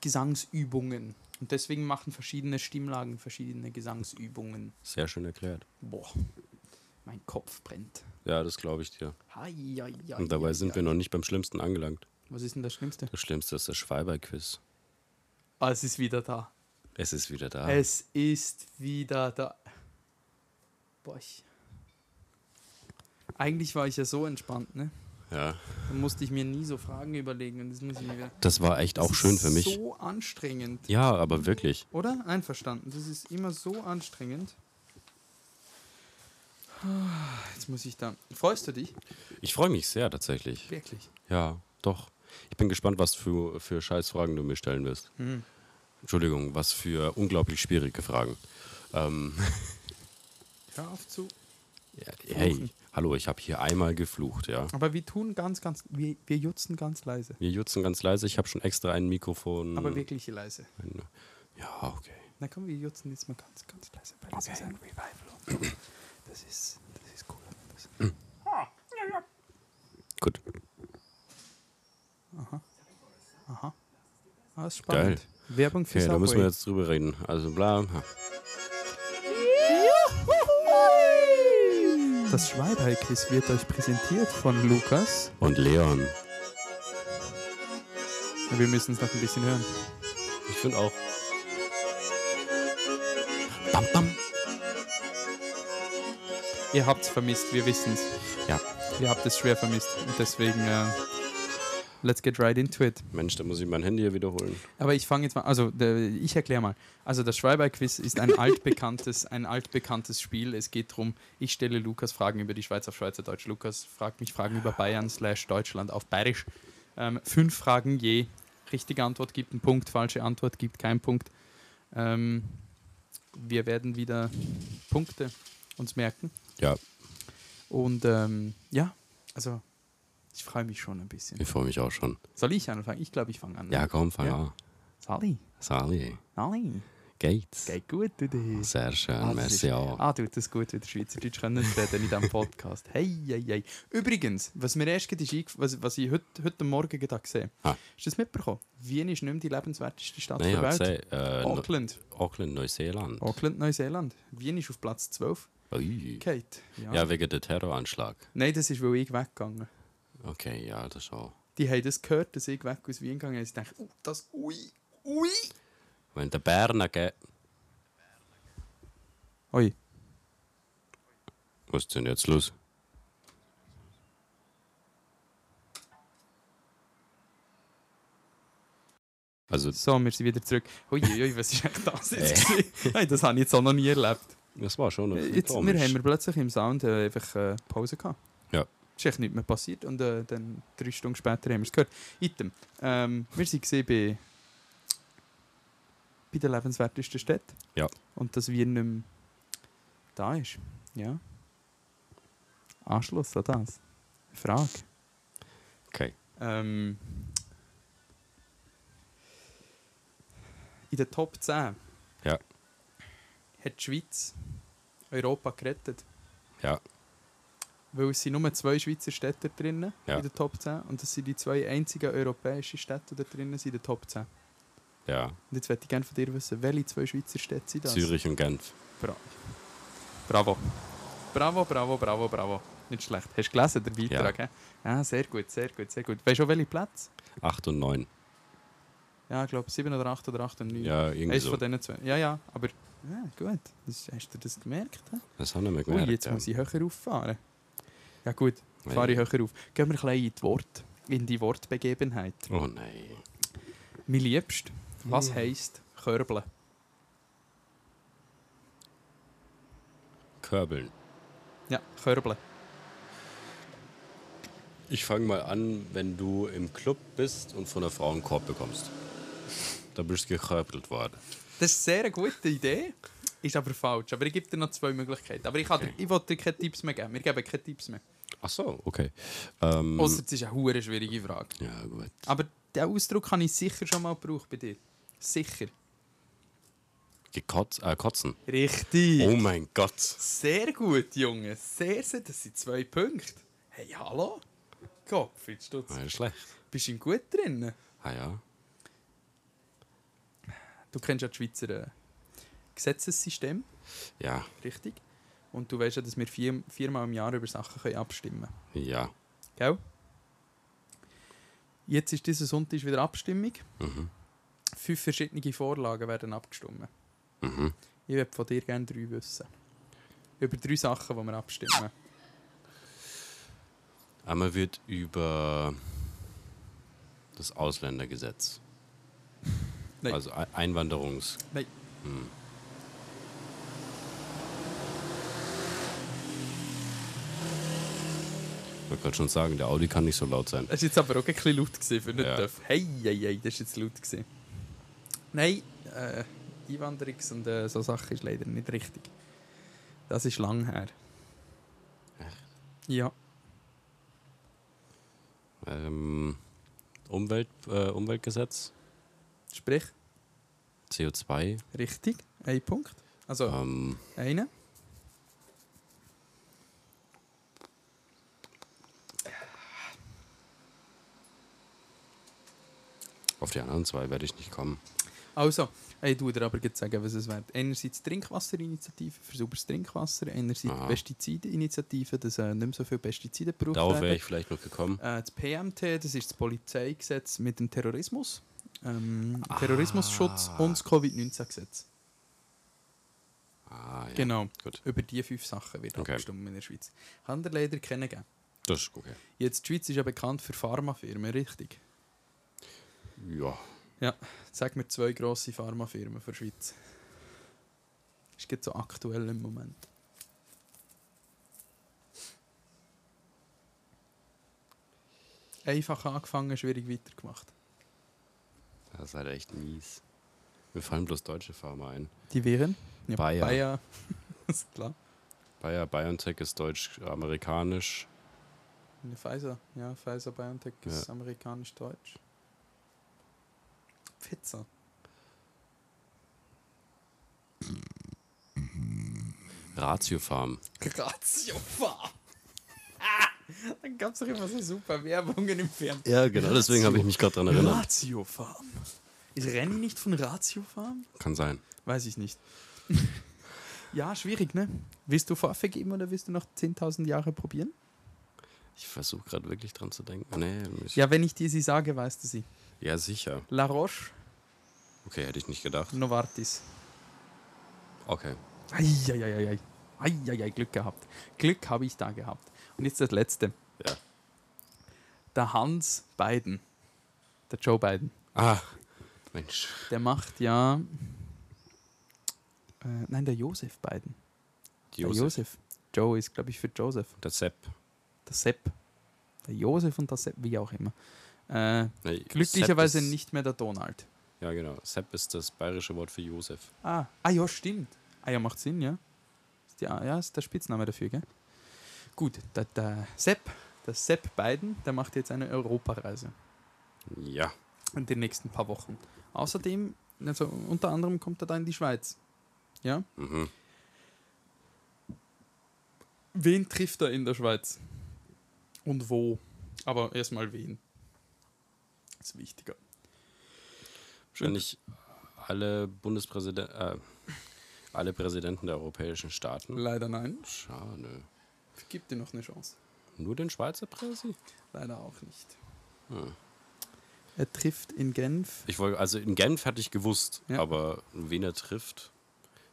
[SPEAKER 2] Gesangsübungen. Und deswegen machen verschiedene Stimmlagen verschiedene Gesangsübungen.
[SPEAKER 3] Sehr schön erklärt.
[SPEAKER 2] Boah, mein Kopf brennt.
[SPEAKER 3] Ja, das glaube ich dir.
[SPEAKER 2] Hei, hei, hei,
[SPEAKER 3] Und dabei
[SPEAKER 2] hei,
[SPEAKER 3] sind
[SPEAKER 2] hei.
[SPEAKER 3] wir noch nicht beim Schlimmsten angelangt.
[SPEAKER 2] Was ist denn das Schlimmste?
[SPEAKER 3] Das Schlimmste ist das Schweiber-Quiz.
[SPEAKER 2] Ah, es ist wieder da.
[SPEAKER 3] Es ist wieder da.
[SPEAKER 2] Es ist wieder da. Boah, ich. Eigentlich war ich ja so entspannt, ne?
[SPEAKER 3] Ja.
[SPEAKER 2] Dann musste ich mir nie so Fragen überlegen und das muss ich mir wieder.
[SPEAKER 3] Das war echt auch
[SPEAKER 2] Das
[SPEAKER 3] schön
[SPEAKER 2] ist
[SPEAKER 3] für mich.
[SPEAKER 2] So anstrengend,
[SPEAKER 3] Ja, aber wirklich.
[SPEAKER 2] oder? Einverstanden. Das ist immer so anstrengend. Jetzt muss ich da. Freust du dich?
[SPEAKER 3] Ich freue mich sehr tatsächlich.
[SPEAKER 2] Wirklich.
[SPEAKER 3] Ja, doch. Ich bin gespannt, was für, für Scheißfragen du mir stellen wirst.
[SPEAKER 2] Hm.
[SPEAKER 3] Entschuldigung, was für unglaublich schwierige Fragen. Ähm,
[SPEAKER 2] Hör auf zu.
[SPEAKER 3] ja, hey, hallo, ich habe hier einmal geflucht, ja.
[SPEAKER 2] Aber wir tun ganz, ganz. Wir, wir jutzen ganz leise.
[SPEAKER 3] Wir jutzen ganz leise, ich habe schon extra ein Mikrofon.
[SPEAKER 2] Aber wirklich leise.
[SPEAKER 3] Ja, okay.
[SPEAKER 2] Na komm, wir jutzen jetzt mal ganz, ganz leise, weil das ist ein Revival. Und das ist, das ist cool. Das
[SPEAKER 3] Gut.
[SPEAKER 2] Ah, das ist spannend. Werbung für
[SPEAKER 3] Okay, da müssen wir
[SPEAKER 2] Subway.
[SPEAKER 3] jetzt drüber reden. Also bla. ha.
[SPEAKER 2] Das Schweibeil-Quiz wird euch präsentiert von Lukas.
[SPEAKER 3] Und Leon.
[SPEAKER 2] Wir müssen es noch ein bisschen hören.
[SPEAKER 3] Ich finde auch. Bam, bam.
[SPEAKER 2] Ihr habt es vermisst, wir wissen es.
[SPEAKER 3] Ja,
[SPEAKER 2] Ihr habt es schwer vermisst. Und deswegen, äh, let's get right into it.
[SPEAKER 3] Mensch, da muss ich mein Handy hier wiederholen.
[SPEAKER 2] Aber ich fange jetzt mal, also der, ich erkläre mal. Also das Schreiber-Quiz ist ein altbekanntes, ein altbekanntes Spiel. Es geht darum, ich stelle Lukas Fragen über die Schweiz auf Schweizerdeutsch. Lukas fragt mich Fragen über Bayern slash Deutschland auf Bayerisch. Ähm, fünf Fragen je. Richtige Antwort gibt einen Punkt, falsche Antwort gibt keinen Punkt. Ähm, wir werden wieder Punkte uns merken.
[SPEAKER 3] Ja,
[SPEAKER 2] Und ähm, ja, also ich freue mich schon ein bisschen.
[SPEAKER 3] ich freue mich auch schon.
[SPEAKER 2] Soll ich anfangen? Ich glaube, ich fange an.
[SPEAKER 3] Ja, komm, fang
[SPEAKER 2] Ja.
[SPEAKER 3] an.
[SPEAKER 2] Sali,
[SPEAKER 3] Sali.
[SPEAKER 2] Sali,
[SPEAKER 3] Geht's?
[SPEAKER 2] geht gut, du dir.
[SPEAKER 3] Sehr schön,
[SPEAKER 2] Ah, das ist-
[SPEAKER 3] Also, merci auch.
[SPEAKER 2] Ah, tut das gut, wie der Schweizerdeutsch können zu reden in diesem Podcast. Hey, hey, hey. Übrigens, was mir erst gerade ist, eingef- was, was ich heute, heute Morgen gerade gesehen
[SPEAKER 3] Ah.
[SPEAKER 2] habe, hast du das mitbekommen? Wien ist nicht mehr die lebenswerteste Stadt
[SPEAKER 3] Nein, ich
[SPEAKER 2] der
[SPEAKER 3] habe
[SPEAKER 2] Welt.
[SPEAKER 3] gesehen, äh, Neu-
[SPEAKER 2] Auckland.
[SPEAKER 3] Auckland, Neuseeland.
[SPEAKER 2] Auckland, Neuseeland. Wien ist auf Platz 12.
[SPEAKER 3] Ui.
[SPEAKER 2] Kate. Ja.
[SPEAKER 3] Ja, wegen dem Terroranschlag.
[SPEAKER 2] Nein, das ist, weil ich weggegangen
[SPEAKER 3] Okay, ja, das ist auch.
[SPEAKER 2] Die haben das gehört, dass ich weg aus Wien gegangen bin. Ich dachte, oh, das, ui, ui.
[SPEAKER 3] Wenn der Berner geht.
[SPEAKER 2] Oi,
[SPEAKER 3] Was ist denn jetzt los? Also,
[SPEAKER 2] so, wir sind wieder zurück. Ui, ui, ui, was ist eigentlich das jetzt?
[SPEAKER 3] Äh.
[SPEAKER 2] gewesen? Nein, das habe ich jetzt auch noch nie erlebt.
[SPEAKER 3] das war schon. ein bisschen
[SPEAKER 2] Äh, Jetzt,
[SPEAKER 3] komisch.
[SPEAKER 2] wir haben wir plötzlich im Sound äh, einfach äh, Pause gehabt.
[SPEAKER 3] Ja.
[SPEAKER 2] Ist echt nichts mehr passiert und äh, dann drei Stunden später haben wir es gehört. Item. Ähm, wir waren gesehen bei, bei der lebenswertesten Stadt.
[SPEAKER 3] Ja.
[SPEAKER 2] Und dass wir nicht mehr da ist. Ja. Anschluss an das. Frage.
[SPEAKER 3] Okay.
[SPEAKER 2] Ähm, in der Top 10
[SPEAKER 3] Ja.
[SPEAKER 2] hat die Schweiz Europa gerettet.
[SPEAKER 3] Ja.
[SPEAKER 2] weil es sind nur zwei Schweizer Städte drinnen
[SPEAKER 3] Ja.
[SPEAKER 2] in der Top 10 und das sind die zwei einzigen europäischen Städte, die da drinnen sind in der Top 10. Und
[SPEAKER 3] Ja,
[SPEAKER 2] jetzt möchte ich gerne von dir wissen, welche zwei Schweizer Städte sind das?
[SPEAKER 3] Zürich und Genf.
[SPEAKER 2] Bra bravo. Bravo, bravo, bravo, bravo. Nicht schlecht. Hast du gelesen, den Beitrag? Ja. Ah, sehr gut, sehr gut, sehr gut. Weißt du auch, welche Plätze?
[SPEAKER 3] 8 und 9.
[SPEAKER 2] Ja, ich glaube 7 oder 8 oder 8 und 9.
[SPEAKER 3] Ja, irgendwie
[SPEAKER 2] Eins
[SPEAKER 3] so.
[SPEAKER 2] von diesen zwei. Ja, ja, aber ja, gut. Das, hast du das gemerkt? hä?
[SPEAKER 3] Das haben wir mir
[SPEAKER 2] Ui,
[SPEAKER 3] gemerkt.
[SPEAKER 2] jetzt
[SPEAKER 3] ja.
[SPEAKER 2] muss ich höher auffahren. Ja gut,
[SPEAKER 3] Nein.
[SPEAKER 2] fahre ich höher auf. Gehen wir ein bisschen in die Wort, in die Wortbegebenheit.
[SPEAKER 3] Oh nein.
[SPEAKER 2] Mein Liebst, was heisst Körbeln?
[SPEAKER 3] Körbeln.
[SPEAKER 2] Ja, Körbeln.
[SPEAKER 3] Ich fange mal an, wenn du im Club bist und von einer Frau einen Korb bekommst. Da bist du gekörbelt worden.
[SPEAKER 2] Das ist eine sehr gute Idee, ist aber falsch. Aber ich gebe dir noch zwei Möglichkeiten. Aber ich, kann dir, ich will dir keine Tipps mehr geben. Wir geben keine Tipps mehr.
[SPEAKER 3] Ach so, okay. Ähm,
[SPEAKER 2] Außer es ist eine hure schwierige Frage.
[SPEAKER 3] ja, gut.
[SPEAKER 2] Aber den Ausdruck habe ich sicher schon mal gebraucht bei dir. Sicher.
[SPEAKER 3] Gekotz, äh, kotzen.
[SPEAKER 2] Richtig.
[SPEAKER 3] Oh mein Gott.
[SPEAKER 2] Sehr gut, Junge. Sehr, sehr. Das sind zwei Punkte. Hey, hallo? Kopf, jetzt du
[SPEAKER 3] Ah, schlecht.
[SPEAKER 2] bist ihm gut drin.
[SPEAKER 3] Ah ja.
[SPEAKER 2] Du kennst ja das Schweizer äh, Gesetzessystem,
[SPEAKER 3] Ja,
[SPEAKER 2] richtig? Und du weißt ja, dass wir vier, viermal im Jahr über Sachen können abstimmen können.
[SPEAKER 3] ja.
[SPEAKER 2] Gell? Jetzt ist dieser Sonntag wieder Abstimmung.
[SPEAKER 3] Mhm.
[SPEAKER 2] Fünf verschiedene Vorlagen werden abgestimmt.
[SPEAKER 3] Mhm.
[SPEAKER 2] Ich würde von dir gerne drei wissen. Über drei Sachen, die wir abstimmen.
[SPEAKER 3] Einmal wird über das Ausländergesetz.
[SPEAKER 2] Nein.
[SPEAKER 3] Also Ei- Einwanderungs.
[SPEAKER 2] Nein.
[SPEAKER 3] Hm. Ich wollte gerade schon sagen, der Audi kann nicht so laut sein.
[SPEAKER 2] Das war jetzt aber auch ein bisschen laut gewesen für nicht
[SPEAKER 3] Ja.
[SPEAKER 2] dürfen. Hey, hey, hey, das war jetzt laut. Gewesen. Nein, äh, Einwanderungs- und äh, so Sachen ist leider nicht richtig. Das ist lang her.
[SPEAKER 3] Echt?
[SPEAKER 2] Ja,
[SPEAKER 3] Ähm, Umwelt, äh, Umweltgesetz,
[SPEAKER 2] sprich,
[SPEAKER 3] CO2.
[SPEAKER 2] richtig, ein Punkt. Also,
[SPEAKER 3] Ähm,
[SPEAKER 2] einen.
[SPEAKER 3] auf die anderen zwei werde ich nicht kommen.
[SPEAKER 2] Also, ich tue dir aber jetzt sagen, was es wäre. Einerseits Trinkwasserinitiative für sauberes Trinkwasser, einerseits
[SPEAKER 3] Aha.
[SPEAKER 2] Pestizidinitiative, dass äh, nicht mehr so viele Pestizide gebraucht
[SPEAKER 3] Darauf wäre
[SPEAKER 2] werden.
[SPEAKER 3] ich vielleicht noch gekommen.
[SPEAKER 2] Äh, das PMT, das ist das Polizeigesetz mit dem Terrorismus. Ähm, Terrorismusschutz und das Covid-19-Gesetz.
[SPEAKER 3] Ah, ja.
[SPEAKER 2] Genau.
[SPEAKER 3] Gut.
[SPEAKER 2] Über diese fünf Sachen wird
[SPEAKER 3] Okay.
[SPEAKER 2] abgestimmt in der Schweiz. Haben wir leider kennengegeben.
[SPEAKER 3] Das ist okay.
[SPEAKER 2] Jetzt, die Schweiz ist ja bekannt für Pharmafirmen, richtig?
[SPEAKER 3] Ja.
[SPEAKER 2] Sag mir zwei grosse Pharmafirmen für die Schweiz. Ist gerade so aktuell im Moment. Einfach angefangen, schwierig weitergemacht.
[SPEAKER 3] Das ist halt echt mies. Mir fallen bloß deutsche Pharma ein.
[SPEAKER 2] Die wären? Ja,
[SPEAKER 3] Bayer.
[SPEAKER 2] Bayer. ist klar.
[SPEAKER 3] Bayer BioNTech ist deutsch-amerikanisch.
[SPEAKER 2] Ne, Pfizer. Ja, Pfizer BioNTech ist amerikanisch-deutsch. Pizza.
[SPEAKER 3] Ratio Farm.
[SPEAKER 2] Grazio Farm. Dann gab es doch immer so super Werbungen im Fernsehen.
[SPEAKER 3] Ja, genau, deswegen habe ich mich gerade daran erinnert.
[SPEAKER 2] Ratio Farm. Ist Renny nicht von Ratio Farm?
[SPEAKER 3] Kann sein.
[SPEAKER 2] Weiß ich nicht. ja, schwierig, ne? Willst du Pfaffe geben oder willst du noch 10.000 Jahre probieren?
[SPEAKER 3] Ich versuche gerade wirklich dran zu denken. Nee, ich, ja.
[SPEAKER 2] Ja, wenn ich dir sie sage, weißt du sie.
[SPEAKER 3] sicher.
[SPEAKER 2] La Roche,
[SPEAKER 3] Okay, hätte ich nicht gedacht.
[SPEAKER 2] Novartis.
[SPEAKER 3] Okay.
[SPEAKER 2] Eieieiei. Eieiei, Glück gehabt. Glück habe ich da gehabt. Und jetzt das Letzte.
[SPEAKER 3] Ja.
[SPEAKER 2] Der Hans Biden. Der Joe Biden.
[SPEAKER 3] Ah, Mensch.
[SPEAKER 2] Der macht ja. Äh, nein, der Josef Biden. Der
[SPEAKER 3] Josef.
[SPEAKER 2] Josef. Joe ist, glaube ich, für Joseph.
[SPEAKER 3] Der Sepp.
[SPEAKER 2] Der Sepp. Der Josef und der Sepp, wie auch immer. Äh,
[SPEAKER 3] Nee,
[SPEAKER 2] glücklicherweise
[SPEAKER 3] Sepp ist,
[SPEAKER 2] nicht mehr der Donald.
[SPEAKER 3] Ja, genau. Sepp ist das bayerische Wort für Josef.
[SPEAKER 2] Ah, ah ja, stimmt. Ah ja, macht Sinn, ja. Ist ja, ja, ist der Spitzname dafür, gell? Gut, der, der Sepp, der Sepp Biden, der macht jetzt eine Europareise
[SPEAKER 3] Ja.
[SPEAKER 2] in den nächsten paar Wochen. Außerdem, also unter anderem kommt er da in die Schweiz. Ja?
[SPEAKER 3] Mhm.
[SPEAKER 1] Wen trifft er in der Schweiz? Und wo? Aber erstmal wen. Ist wichtiger.
[SPEAKER 3] Wahrscheinlich alle Bundespräsidenten, äh, alle Präsidenten der europäischen Staaten.
[SPEAKER 1] Leider nein.
[SPEAKER 3] Schade.
[SPEAKER 1] Gibt dir noch eine Chance.
[SPEAKER 3] Nur den Schweizer Präsi?
[SPEAKER 1] Leider auch nicht.
[SPEAKER 3] Hm.
[SPEAKER 1] Er trifft in Genf.
[SPEAKER 3] Ich wollte, also in Genf hatte ich gewusst,
[SPEAKER 1] Ja.
[SPEAKER 3] aber wen er trifft?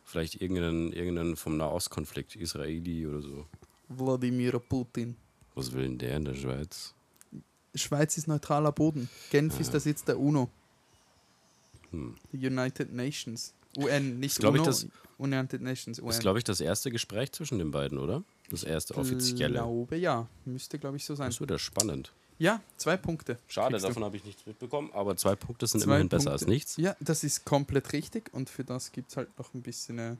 [SPEAKER 3] Vielleicht irgendeinen, irgendeinen vom Nahostkonflikt, Israeli oder so.
[SPEAKER 2] Wladimir Putin.
[SPEAKER 3] Was will denn der in der Schweiz?
[SPEAKER 2] Schweiz ist neutraler Boden. Genf ist der Sitz der UNO.
[SPEAKER 3] Hm.
[SPEAKER 2] Die United Nations. UN, nicht
[SPEAKER 3] Ist, glaub ich,
[SPEAKER 2] UNO.
[SPEAKER 3] das-
[SPEAKER 2] United Nations, UN.
[SPEAKER 3] Das ist, glaube ich, das erste Gespräch zwischen den beiden, oder? Das erste offizielle.
[SPEAKER 2] glaube, ja. Müsste, glaube ich, so Äh, sein.
[SPEAKER 3] Das wird ja spannend.
[SPEAKER 2] Ja, zwei Punkte.
[SPEAKER 3] Schade,
[SPEAKER 2] Kriegst du.
[SPEAKER 3] davon habe ich nichts mitbekommen, aber zwei Punkte sind
[SPEAKER 2] Zwei
[SPEAKER 3] immerhin besser als
[SPEAKER 2] Punkte.
[SPEAKER 3] nichts.
[SPEAKER 2] Ja, das ist komplett richtig und für das gibt es halt noch ein bisschen. Äh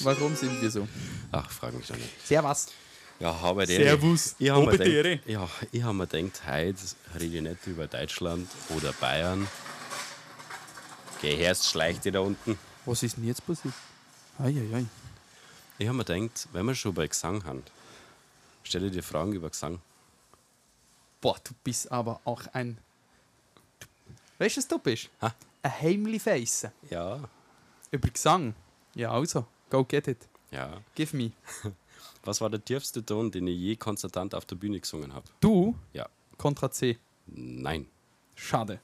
[SPEAKER 2] Warum sind wir so?
[SPEAKER 3] Ach, frag mich doch nicht.
[SPEAKER 2] Servus.
[SPEAKER 3] Ja, aber der.
[SPEAKER 1] Servus.
[SPEAKER 3] Ich habe mir,
[SPEAKER 1] Obedere.
[SPEAKER 3] gedacht- ja, ich hab mir gedacht, heute rede ich nicht über Deutschland oder Bayern. Geh her, schleicht ihr da unten.
[SPEAKER 2] Was ist denn jetzt passiert? Eieiei.
[SPEAKER 3] Ich habe mir gedacht, wenn wir schon bei Gesang haben, stelle dir Fragen über Gesang.
[SPEAKER 2] Boah, du bist aber auch ein. Du, weißt du, was du bist?
[SPEAKER 3] Ha?
[SPEAKER 2] Ein heimlich Face.
[SPEAKER 3] Ja.
[SPEAKER 2] Über Gesang. Ja, also, go get it.
[SPEAKER 3] Ja.
[SPEAKER 2] Give me.
[SPEAKER 3] Was war der tiefste Ton, den ich je konzertant auf der Bühne gesungen habe?
[SPEAKER 2] Du,
[SPEAKER 3] Ja.
[SPEAKER 2] Kontra C.
[SPEAKER 3] Nein.
[SPEAKER 2] Schade.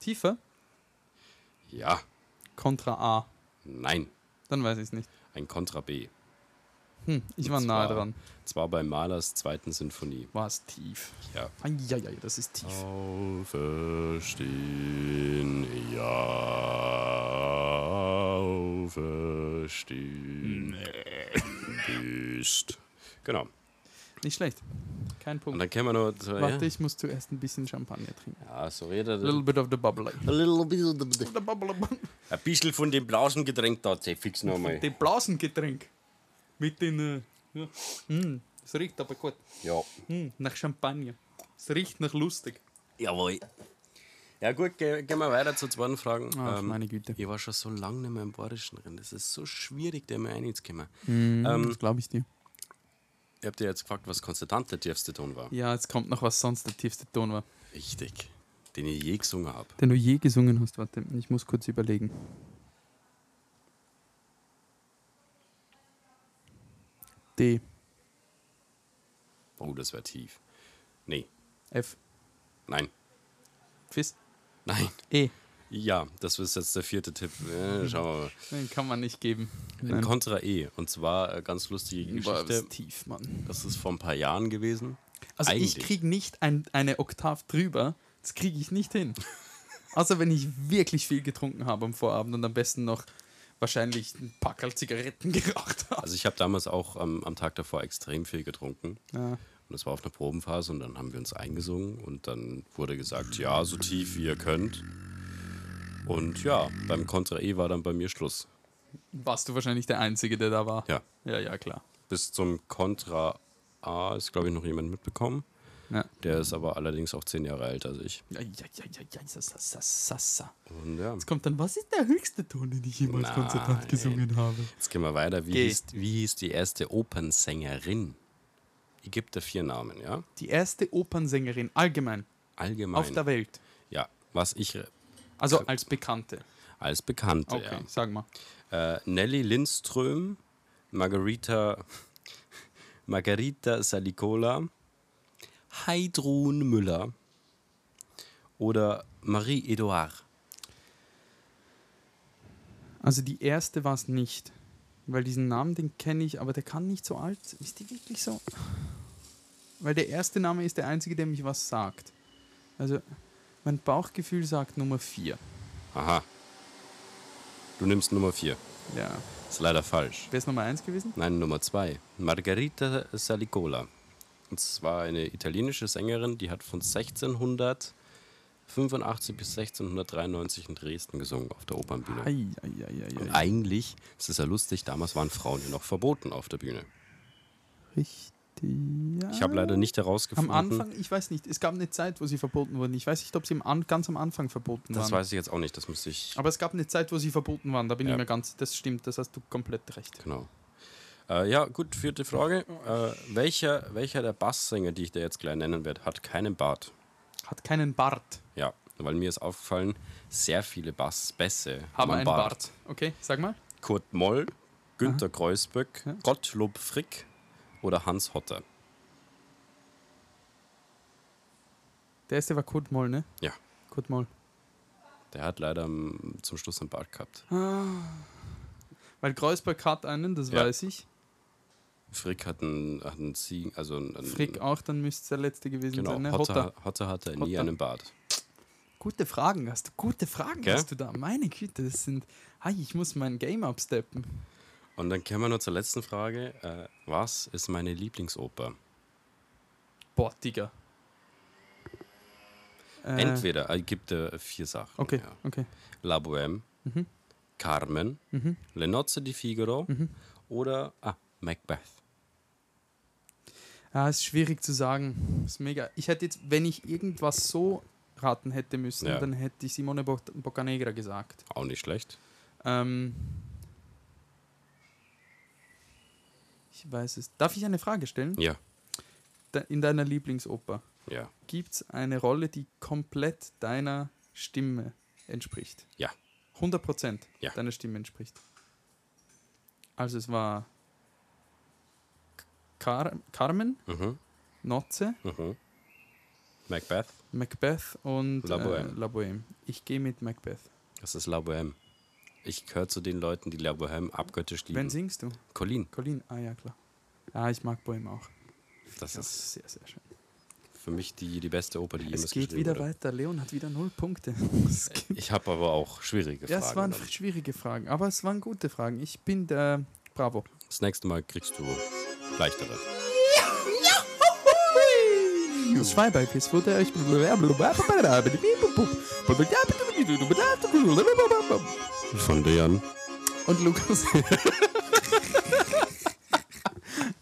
[SPEAKER 2] Tiefer,
[SPEAKER 3] Ja.
[SPEAKER 2] Kontra A.
[SPEAKER 3] Nein.
[SPEAKER 2] Dann weiß ich es nicht.
[SPEAKER 3] Ein Kontra B.
[SPEAKER 2] Hm, ich war
[SPEAKER 3] Und
[SPEAKER 2] nahe
[SPEAKER 3] zwar-
[SPEAKER 2] dran.
[SPEAKER 3] Zwar bei Mahlers zweiten Sinfonie.
[SPEAKER 2] War es tief.
[SPEAKER 3] Ja.
[SPEAKER 2] Eieiei, das ist tief.
[SPEAKER 3] Auferstehen, ja, auferstehen bist. Genau.
[SPEAKER 2] Nicht schlecht. Kein
[SPEAKER 3] Und
[SPEAKER 2] Punkt.
[SPEAKER 3] dann kennen wir noch. So,
[SPEAKER 2] Warte, ich muss zuerst ein bisschen Champagner trinken.
[SPEAKER 3] ja. ja, so redet
[SPEAKER 2] A little
[SPEAKER 3] er.
[SPEAKER 2] bit of the bubbly. The bubbly.
[SPEAKER 3] Ein bisschen von dem Blasengetränk da, zeh fix nochmal.
[SPEAKER 2] Die Blasengetränk. Mit den. Äh, ja. mm, es riecht aber gut.
[SPEAKER 3] Ja.
[SPEAKER 2] Mm, nach Champagner. Es riecht nach lustig.
[SPEAKER 3] Jawohl. Ja, gut, ge- gehen wir weiter zur zweiten Frage.
[SPEAKER 2] Ach, Ah, meine Güte.
[SPEAKER 3] Ich war schon so lange nicht mehr im Bayerischen drin. Das ist so schwierig, der mir reinzukommen.
[SPEAKER 2] Hm, das glaube ich dir.
[SPEAKER 3] Ihr habt ja jetzt gefragt, was konstant der tiefste Ton war.
[SPEAKER 2] Ja, jetzt kommt noch was sonst der tiefste Ton war,
[SPEAKER 3] Richtig. Den ich je gesungen habe.
[SPEAKER 2] den du je gesungen hast. Warte, ich muss kurz überlegen. D,
[SPEAKER 3] Oh, das wäre tief. Nee,
[SPEAKER 2] F,
[SPEAKER 3] nein,
[SPEAKER 2] Fis,
[SPEAKER 3] nein.
[SPEAKER 2] E.
[SPEAKER 3] Ja, das ist jetzt der vierte Tipp. Äh, schauen wir mal.
[SPEAKER 2] Den kann man nicht geben.
[SPEAKER 3] Ein Contra E. Und zwar äh, ganz lustige
[SPEAKER 2] Boah, das
[SPEAKER 3] Geschichte.
[SPEAKER 2] ist tief, Mann.
[SPEAKER 3] Das ist vor ein paar Jahren gewesen.
[SPEAKER 2] Also ich
[SPEAKER 3] Eigentlich.
[SPEAKER 2] kriege nicht ein, eine Oktav drüber. Das kriege ich nicht hin. Außer wenn ich wirklich viel getrunken habe am Vorabend und am besten noch wahrscheinlich ein Packerl Zigaretten geraucht habe.
[SPEAKER 3] Also ich habe damals auch am- am Tag davor extrem viel getrunken.
[SPEAKER 2] Ja.
[SPEAKER 3] Und das war auf einer Probenphase und dann haben wir uns eingesungen und dann wurde gesagt, ja, so tief wie ihr könnt. Und ja, beim Contra E war dann bei mir Schluss.
[SPEAKER 2] Warst du wahrscheinlich der Einzige, der da war?
[SPEAKER 3] Ja,
[SPEAKER 2] Ja, ja, klar.
[SPEAKER 3] bis zum Contra A ist, glaube ich, noch jemand mitbekommen.
[SPEAKER 2] Ja.
[SPEAKER 3] Der ist aber allerdings auch zehn Jahre älter als ich.
[SPEAKER 2] Ja, ja, ja, ja, ja, sa, sa, sa, sa, sa.
[SPEAKER 3] Und ja.
[SPEAKER 2] Jetzt kommt dann, was ist der höchste Ton, den ich jemals
[SPEAKER 3] Nein.
[SPEAKER 2] konzertant gesungen habe?
[SPEAKER 3] Jetzt gehen wir weiter. Wie,
[SPEAKER 2] Geh.
[SPEAKER 3] hieß, wie hieß die erste Opernsängerin? Ich gebe dir vier Namen, ja?
[SPEAKER 2] Die erste Opernsängerin allgemein
[SPEAKER 3] Allgemein.
[SPEAKER 2] auf der Welt.
[SPEAKER 3] ja, was ich re-
[SPEAKER 2] Also als Bekannte.
[SPEAKER 3] als Bekannte,
[SPEAKER 2] Okay, sag mal.
[SPEAKER 3] ja. Äh, Nelly Lindström, Margarita, Margarita Salicola, Heidrun Müller oder Marie Edouard.
[SPEAKER 2] Also die erste war es nicht. Weil diesen Namen, den kenne ich, aber der kann nicht so alt. Ist die wirklich so? Weil der erste Name ist der einzige, der mich was sagt. Also mein Bauchgefühl sagt Nummer 4.
[SPEAKER 3] Aha. Du nimmst Nummer vier.
[SPEAKER 2] Ja.
[SPEAKER 3] Ist leider falsch.
[SPEAKER 2] Wäre es Nummer 1 gewesen?
[SPEAKER 3] Nein, Nummer zwei. Margherita Salicola. Und zwar eine italienische Sängerin, die hat von 1685 bis 1693 in Dresden gesungen auf der Opernbühne.
[SPEAKER 2] Ei, ei, ei, ei,
[SPEAKER 3] Und
[SPEAKER 2] ei.
[SPEAKER 3] eigentlich, es ist ja lustig, damals waren Frauen ja noch verboten auf der Bühne.
[SPEAKER 2] Richtig. Ja.
[SPEAKER 3] Ich habe leider nicht
[SPEAKER 2] Ah. Am
[SPEAKER 3] herausgefunden.
[SPEAKER 2] Anfang, ich weiß nicht, es gab eine Zeit, wo sie verboten wurden. Ich weiß nicht, ob sie am An ganz am Anfang verboten waren.
[SPEAKER 3] das weiß ich jetzt auch nicht, das müsste ich.
[SPEAKER 2] Aber es gab eine Zeit, wo sie verboten waren. Da bin
[SPEAKER 3] Ja.
[SPEAKER 2] ich mir ganz. Das stimmt, das hast du komplett recht.
[SPEAKER 3] Genau. Äh, ja, gut, vierte Frage. Äh, welcher, welcher der Basssänger, die ich dir jetzt gleich nennen werde, hat keinen Bart?
[SPEAKER 2] Hat keinen Bart.
[SPEAKER 3] Ja, weil mir ist aufgefallen, sehr viele Bassbässe
[SPEAKER 2] Haben einen Bart. Okay, sag mal.
[SPEAKER 3] Kurt Moll, Günter Kreuzböck,
[SPEAKER 2] Ja.
[SPEAKER 3] Gottlob Frick oder Hans Hotter.
[SPEAKER 2] Der erste war Kurt Moll, ne?
[SPEAKER 3] Ja.
[SPEAKER 2] Kurt Moll.
[SPEAKER 3] Der hat leider mm, zum Schluss einen Bart gehabt.
[SPEAKER 2] Ah. Weil Kreuzberg hat einen, das
[SPEAKER 3] Ja.
[SPEAKER 2] weiß ich.
[SPEAKER 3] Frick hat einen, hat einen Ziegen, also einen, einen-
[SPEAKER 2] Frick auch, dann müsste es der letzte gewesen
[SPEAKER 3] Genau,
[SPEAKER 2] sein, ne?
[SPEAKER 3] Hotter,
[SPEAKER 2] Hotter.
[SPEAKER 3] Hotter. hatte nie
[SPEAKER 2] Hotter.
[SPEAKER 3] einen Bart.
[SPEAKER 2] Gute Fragen hast du, gute Fragen
[SPEAKER 3] Gell?
[SPEAKER 2] hast du da. Meine Güte, das sind. Hi, ich muss mein Game upsteppen.
[SPEAKER 3] Und dann kommen wir noch zur letzten Frage. Äh, was ist meine Lieblingsoper?
[SPEAKER 2] Boah, Digga. Äh,
[SPEAKER 3] Entweder, äh, gibt äh, vier Sachen.
[SPEAKER 2] Okay,
[SPEAKER 3] Ja.
[SPEAKER 2] okay.
[SPEAKER 3] La Bohème,
[SPEAKER 2] mhm,
[SPEAKER 3] Carmen, Le Nozze di Figaro
[SPEAKER 2] mhm.
[SPEAKER 3] oder ah, Macbeth.
[SPEAKER 2] Ja, ist schwierig zu sagen. Ist mega. Ich hätte jetzt, wenn ich irgendwas so raten hätte müssen,
[SPEAKER 3] Ja.
[SPEAKER 2] dann hätte ich Simone Bo Boccanegra gesagt.
[SPEAKER 3] Auch nicht schlecht.
[SPEAKER 2] Ähm, ich weiß es. Darf ich eine Frage stellen?
[SPEAKER 3] Ja,
[SPEAKER 2] De in deiner Lieblingsoper
[SPEAKER 3] ja,
[SPEAKER 2] gibt es eine Rolle, die komplett deiner Stimme entspricht?
[SPEAKER 3] Ja.
[SPEAKER 2] 100 Prozent
[SPEAKER 3] Ja.
[SPEAKER 2] deiner Stimme entspricht. Also es war Car Carmen,
[SPEAKER 3] mhm.
[SPEAKER 2] Notze,
[SPEAKER 3] Mhm. Macbeth,
[SPEAKER 2] Macbeth und
[SPEAKER 3] La Bohème.
[SPEAKER 2] Äh, La Bohème. Ich gehe mit Macbeth.
[SPEAKER 3] das ist La Bohème. Ich gehöre zu den Leuten, die La Bohème abgöttisch lieben.
[SPEAKER 2] Wen singst du?
[SPEAKER 3] Colin,
[SPEAKER 2] Colin? Ah ja, klar. Ah, ich mag Bohème auch.
[SPEAKER 3] das ist
[SPEAKER 2] sehr, sehr schön.
[SPEAKER 3] für mich die, die beste Oper, die jemals
[SPEAKER 2] Es geht
[SPEAKER 3] geschrieben
[SPEAKER 2] wieder
[SPEAKER 3] wurde.
[SPEAKER 2] weiter. Leon hat wieder null Punkte. Es geht-
[SPEAKER 3] Ich habe aber auch schwierige
[SPEAKER 2] ja, es
[SPEAKER 3] Fragen.
[SPEAKER 2] waren
[SPEAKER 3] dann.
[SPEAKER 2] schwierige Fragen, aber es waren gute Fragen. Ich bin der Bravo.
[SPEAKER 3] Das nächste Mal kriegst du leichtere.
[SPEAKER 4] Das Schweibeck, es wurde euch. Und
[SPEAKER 3] Von Dejan.
[SPEAKER 4] Lukas.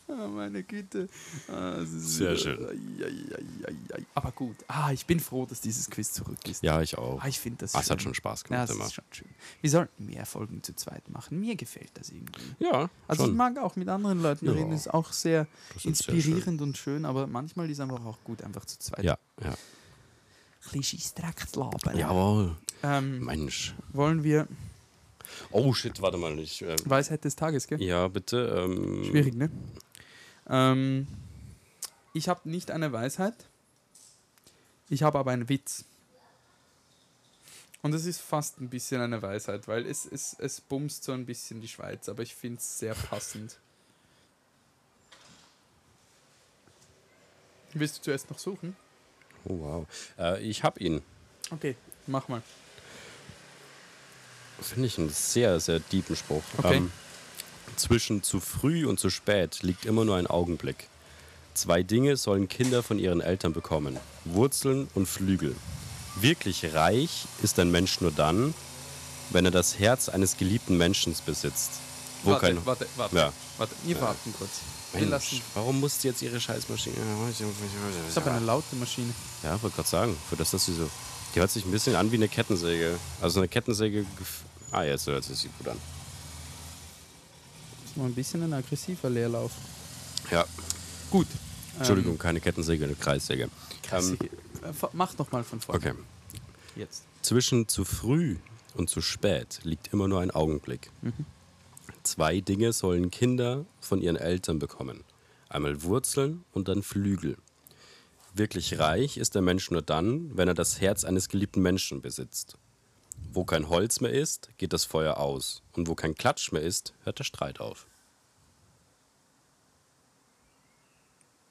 [SPEAKER 2] Ah, meine Güte. Ah, es ist
[SPEAKER 3] Sehr
[SPEAKER 2] wieder-
[SPEAKER 3] schön.
[SPEAKER 2] Ai, ai, ai, ai, ai. Aber gut. Ah, ich bin froh, dass dieses Quiz zurück ist.
[SPEAKER 3] Ja, ich auch.
[SPEAKER 2] Ah, ich finde das.
[SPEAKER 3] Ah, es hat
[SPEAKER 2] schön.
[SPEAKER 3] schon Spaß
[SPEAKER 2] ja,
[SPEAKER 3] gemacht
[SPEAKER 2] das
[SPEAKER 3] immer.
[SPEAKER 2] ist schon schön. Wir sollten mehr Folgen zu zweit machen. Mir gefällt das irgendwie.
[SPEAKER 3] Ja,
[SPEAKER 2] Also ich
[SPEAKER 3] schon.
[SPEAKER 2] mag auch mit anderen Leuten
[SPEAKER 3] Ja.
[SPEAKER 2] reden, ist auch sehr
[SPEAKER 3] Das ist sehr schön.
[SPEAKER 2] inspirierend und schön, aber manchmal ist einfach auch gut, einfach zu zweit.
[SPEAKER 3] Ja, ja.
[SPEAKER 4] Klischee-Streck labern.
[SPEAKER 3] Jawohl.
[SPEAKER 2] Ähm,
[SPEAKER 3] Mensch.
[SPEAKER 2] wollen wir
[SPEAKER 3] Oh shit, warte mal. Ich, äh,
[SPEAKER 2] Weisheit des Tages, gell?
[SPEAKER 3] ja, bitte. Ähm,
[SPEAKER 2] Schwierig, ne? Ähm, ich habe nicht eine Weisheit, ich habe aber einen Witz. Und es ist fast ein bisschen eine Weisheit, weil es, es, es bumst so ein bisschen die Schweiz, aber ich finde es sehr passend. Willst du zuerst noch suchen?
[SPEAKER 3] Oh, wow. Äh, ich habe ihn.
[SPEAKER 2] Okay, mach mal.
[SPEAKER 3] Finde ich einen sehr, sehr tiefen Spruch. Ähm,
[SPEAKER 2] Okay.
[SPEAKER 3] zwischen zu früh und zu spät liegt immer nur ein Augenblick. Zwei Dinge sollen Kinder von ihren Eltern bekommen: Wurzeln und Flügel. Wirklich reich ist ein Mensch nur dann, wenn er das Herz eines geliebten Menschen besitzt. Wo kein
[SPEAKER 2] Warte, warte, warte.
[SPEAKER 3] Ja.
[SPEAKER 2] warte. Wir warten kurz. Wir lassen.
[SPEAKER 3] Mensch, warum muss die jetzt ihre Scheißmaschine?
[SPEAKER 2] Ich habe eine laute Maschine.
[SPEAKER 3] Ja, wollte gerade sagen, für das, dass sie so. Die hört sich ein bisschen an wie eine Kettensäge. Also eine Kettensäge. gef- Ah, jetzt hört sie sich gut an.
[SPEAKER 2] Das ist noch ein bisschen ein aggressiver Leerlauf.
[SPEAKER 3] Ja,
[SPEAKER 2] Gut.
[SPEAKER 3] Entschuldigung, keine Kettensäge, eine Ähm. Kreissäge.
[SPEAKER 2] Ähm,
[SPEAKER 3] Ähm,
[SPEAKER 2] äh, fa- mach nochmal von vorne.
[SPEAKER 3] okay.
[SPEAKER 2] Jetzt.
[SPEAKER 3] Zwischen zu früh und zu spät liegt immer nur ein Augenblick. Zwei Dinge sollen Kinder von ihren Eltern bekommen. Einmal Wurzeln und dann Flügel. Wirklich reich ist der Mensch nur dann, wenn er das Herz eines geliebten Menschen besitzt. Wo kein Holz mehr ist, geht das Feuer aus. Und wo kein Klatsch mehr ist, hört der Streit auf.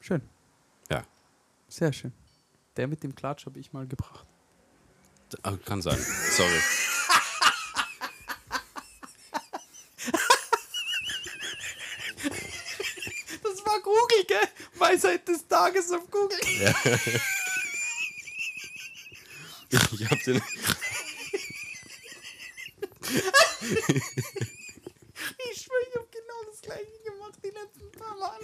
[SPEAKER 2] Schön.
[SPEAKER 3] Ja,
[SPEAKER 2] Sehr schön. Der mit dem Klatsch habe ich mal gebracht.
[SPEAKER 3] d- ah, kann sein. Sorry.
[SPEAKER 2] Das war Google, gell? Weisheit des Tages auf Google.
[SPEAKER 3] Ich hab den.
[SPEAKER 2] Ich schwöre, ich habe genau das gleiche gemacht die letzten paar Mal.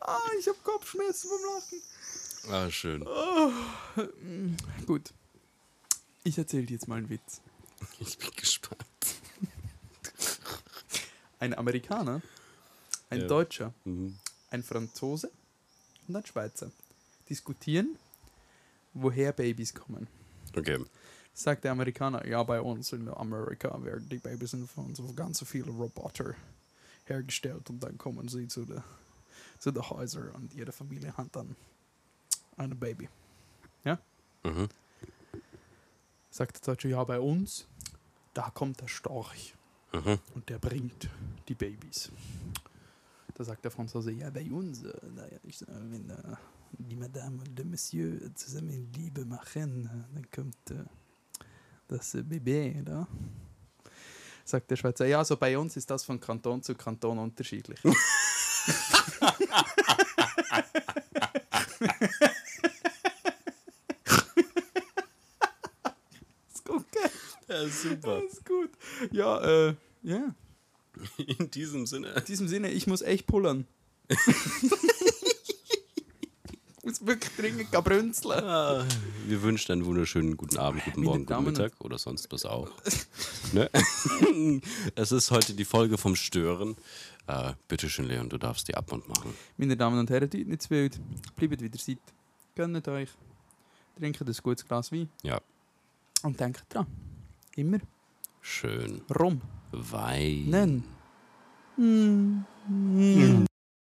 [SPEAKER 2] Ah, ich habe Kopfschmerzen vom Lachen.
[SPEAKER 3] Ah, schön.
[SPEAKER 2] Gut. Ich erzähle dir jetzt mal einen Witz.
[SPEAKER 3] Ich bin gespannt.
[SPEAKER 2] Ein Amerikaner, ein
[SPEAKER 3] Ja.
[SPEAKER 2] Deutscher,
[SPEAKER 3] Mhm.
[SPEAKER 2] ein Franzose und ein Schweizer diskutieren, woher Babys kommen.
[SPEAKER 3] Okay.
[SPEAKER 2] Sagt der Amerikaner, ja, bei uns in Amerika werden die Babys von so ganz vielen Roboter hergestellt und dann kommen sie zu den zu der Häuser und jede Familie hat dann ein Baby.
[SPEAKER 3] Mhm.
[SPEAKER 2] Sagt der Deutsche, ja, bei uns, da kommt der Storch
[SPEAKER 3] Mhm.
[SPEAKER 2] und der bringt die Babys. Da sagt der Franzose, ja, bei uns, äh, naja, ich, äh, wenn äh, die Madame und der Monsieur zusammen Liebe machen, äh, dann kommt äh, das äh, Baby, oder? Sagt der Schweizer, ja, also bei uns ist das von Kanton zu Kanton unterschiedlich. ist gut, gell?
[SPEAKER 3] Ja, super.
[SPEAKER 2] ist gut. Ja, äh, ja.
[SPEAKER 3] In diesem Sinne.
[SPEAKER 2] In diesem Sinne, ich muss echt pullern. ich muss wirklich dringend brünzeln.
[SPEAKER 3] Ah, Wir wünschen einen wunderschönen guten Abend, guten
[SPEAKER 2] Meine
[SPEAKER 3] Morgen, guten
[SPEAKER 2] Damen und-
[SPEAKER 3] Mittag oder sonst was auch. ne? es ist heute die Folge vom Stören. Äh, bitteschön, Leon, du darfst die Abmund machen.
[SPEAKER 2] Meine Damen und Herren, tut nicht zu wild. Bleibt wieder seid. Gönnt euch. Trinkt ein gutes Glas Wein.
[SPEAKER 3] Ja.
[SPEAKER 2] Und denkt dran. Immer
[SPEAKER 3] Schön.
[SPEAKER 2] rum.
[SPEAKER 3] Wein.
[SPEAKER 2] Mm. Nennen.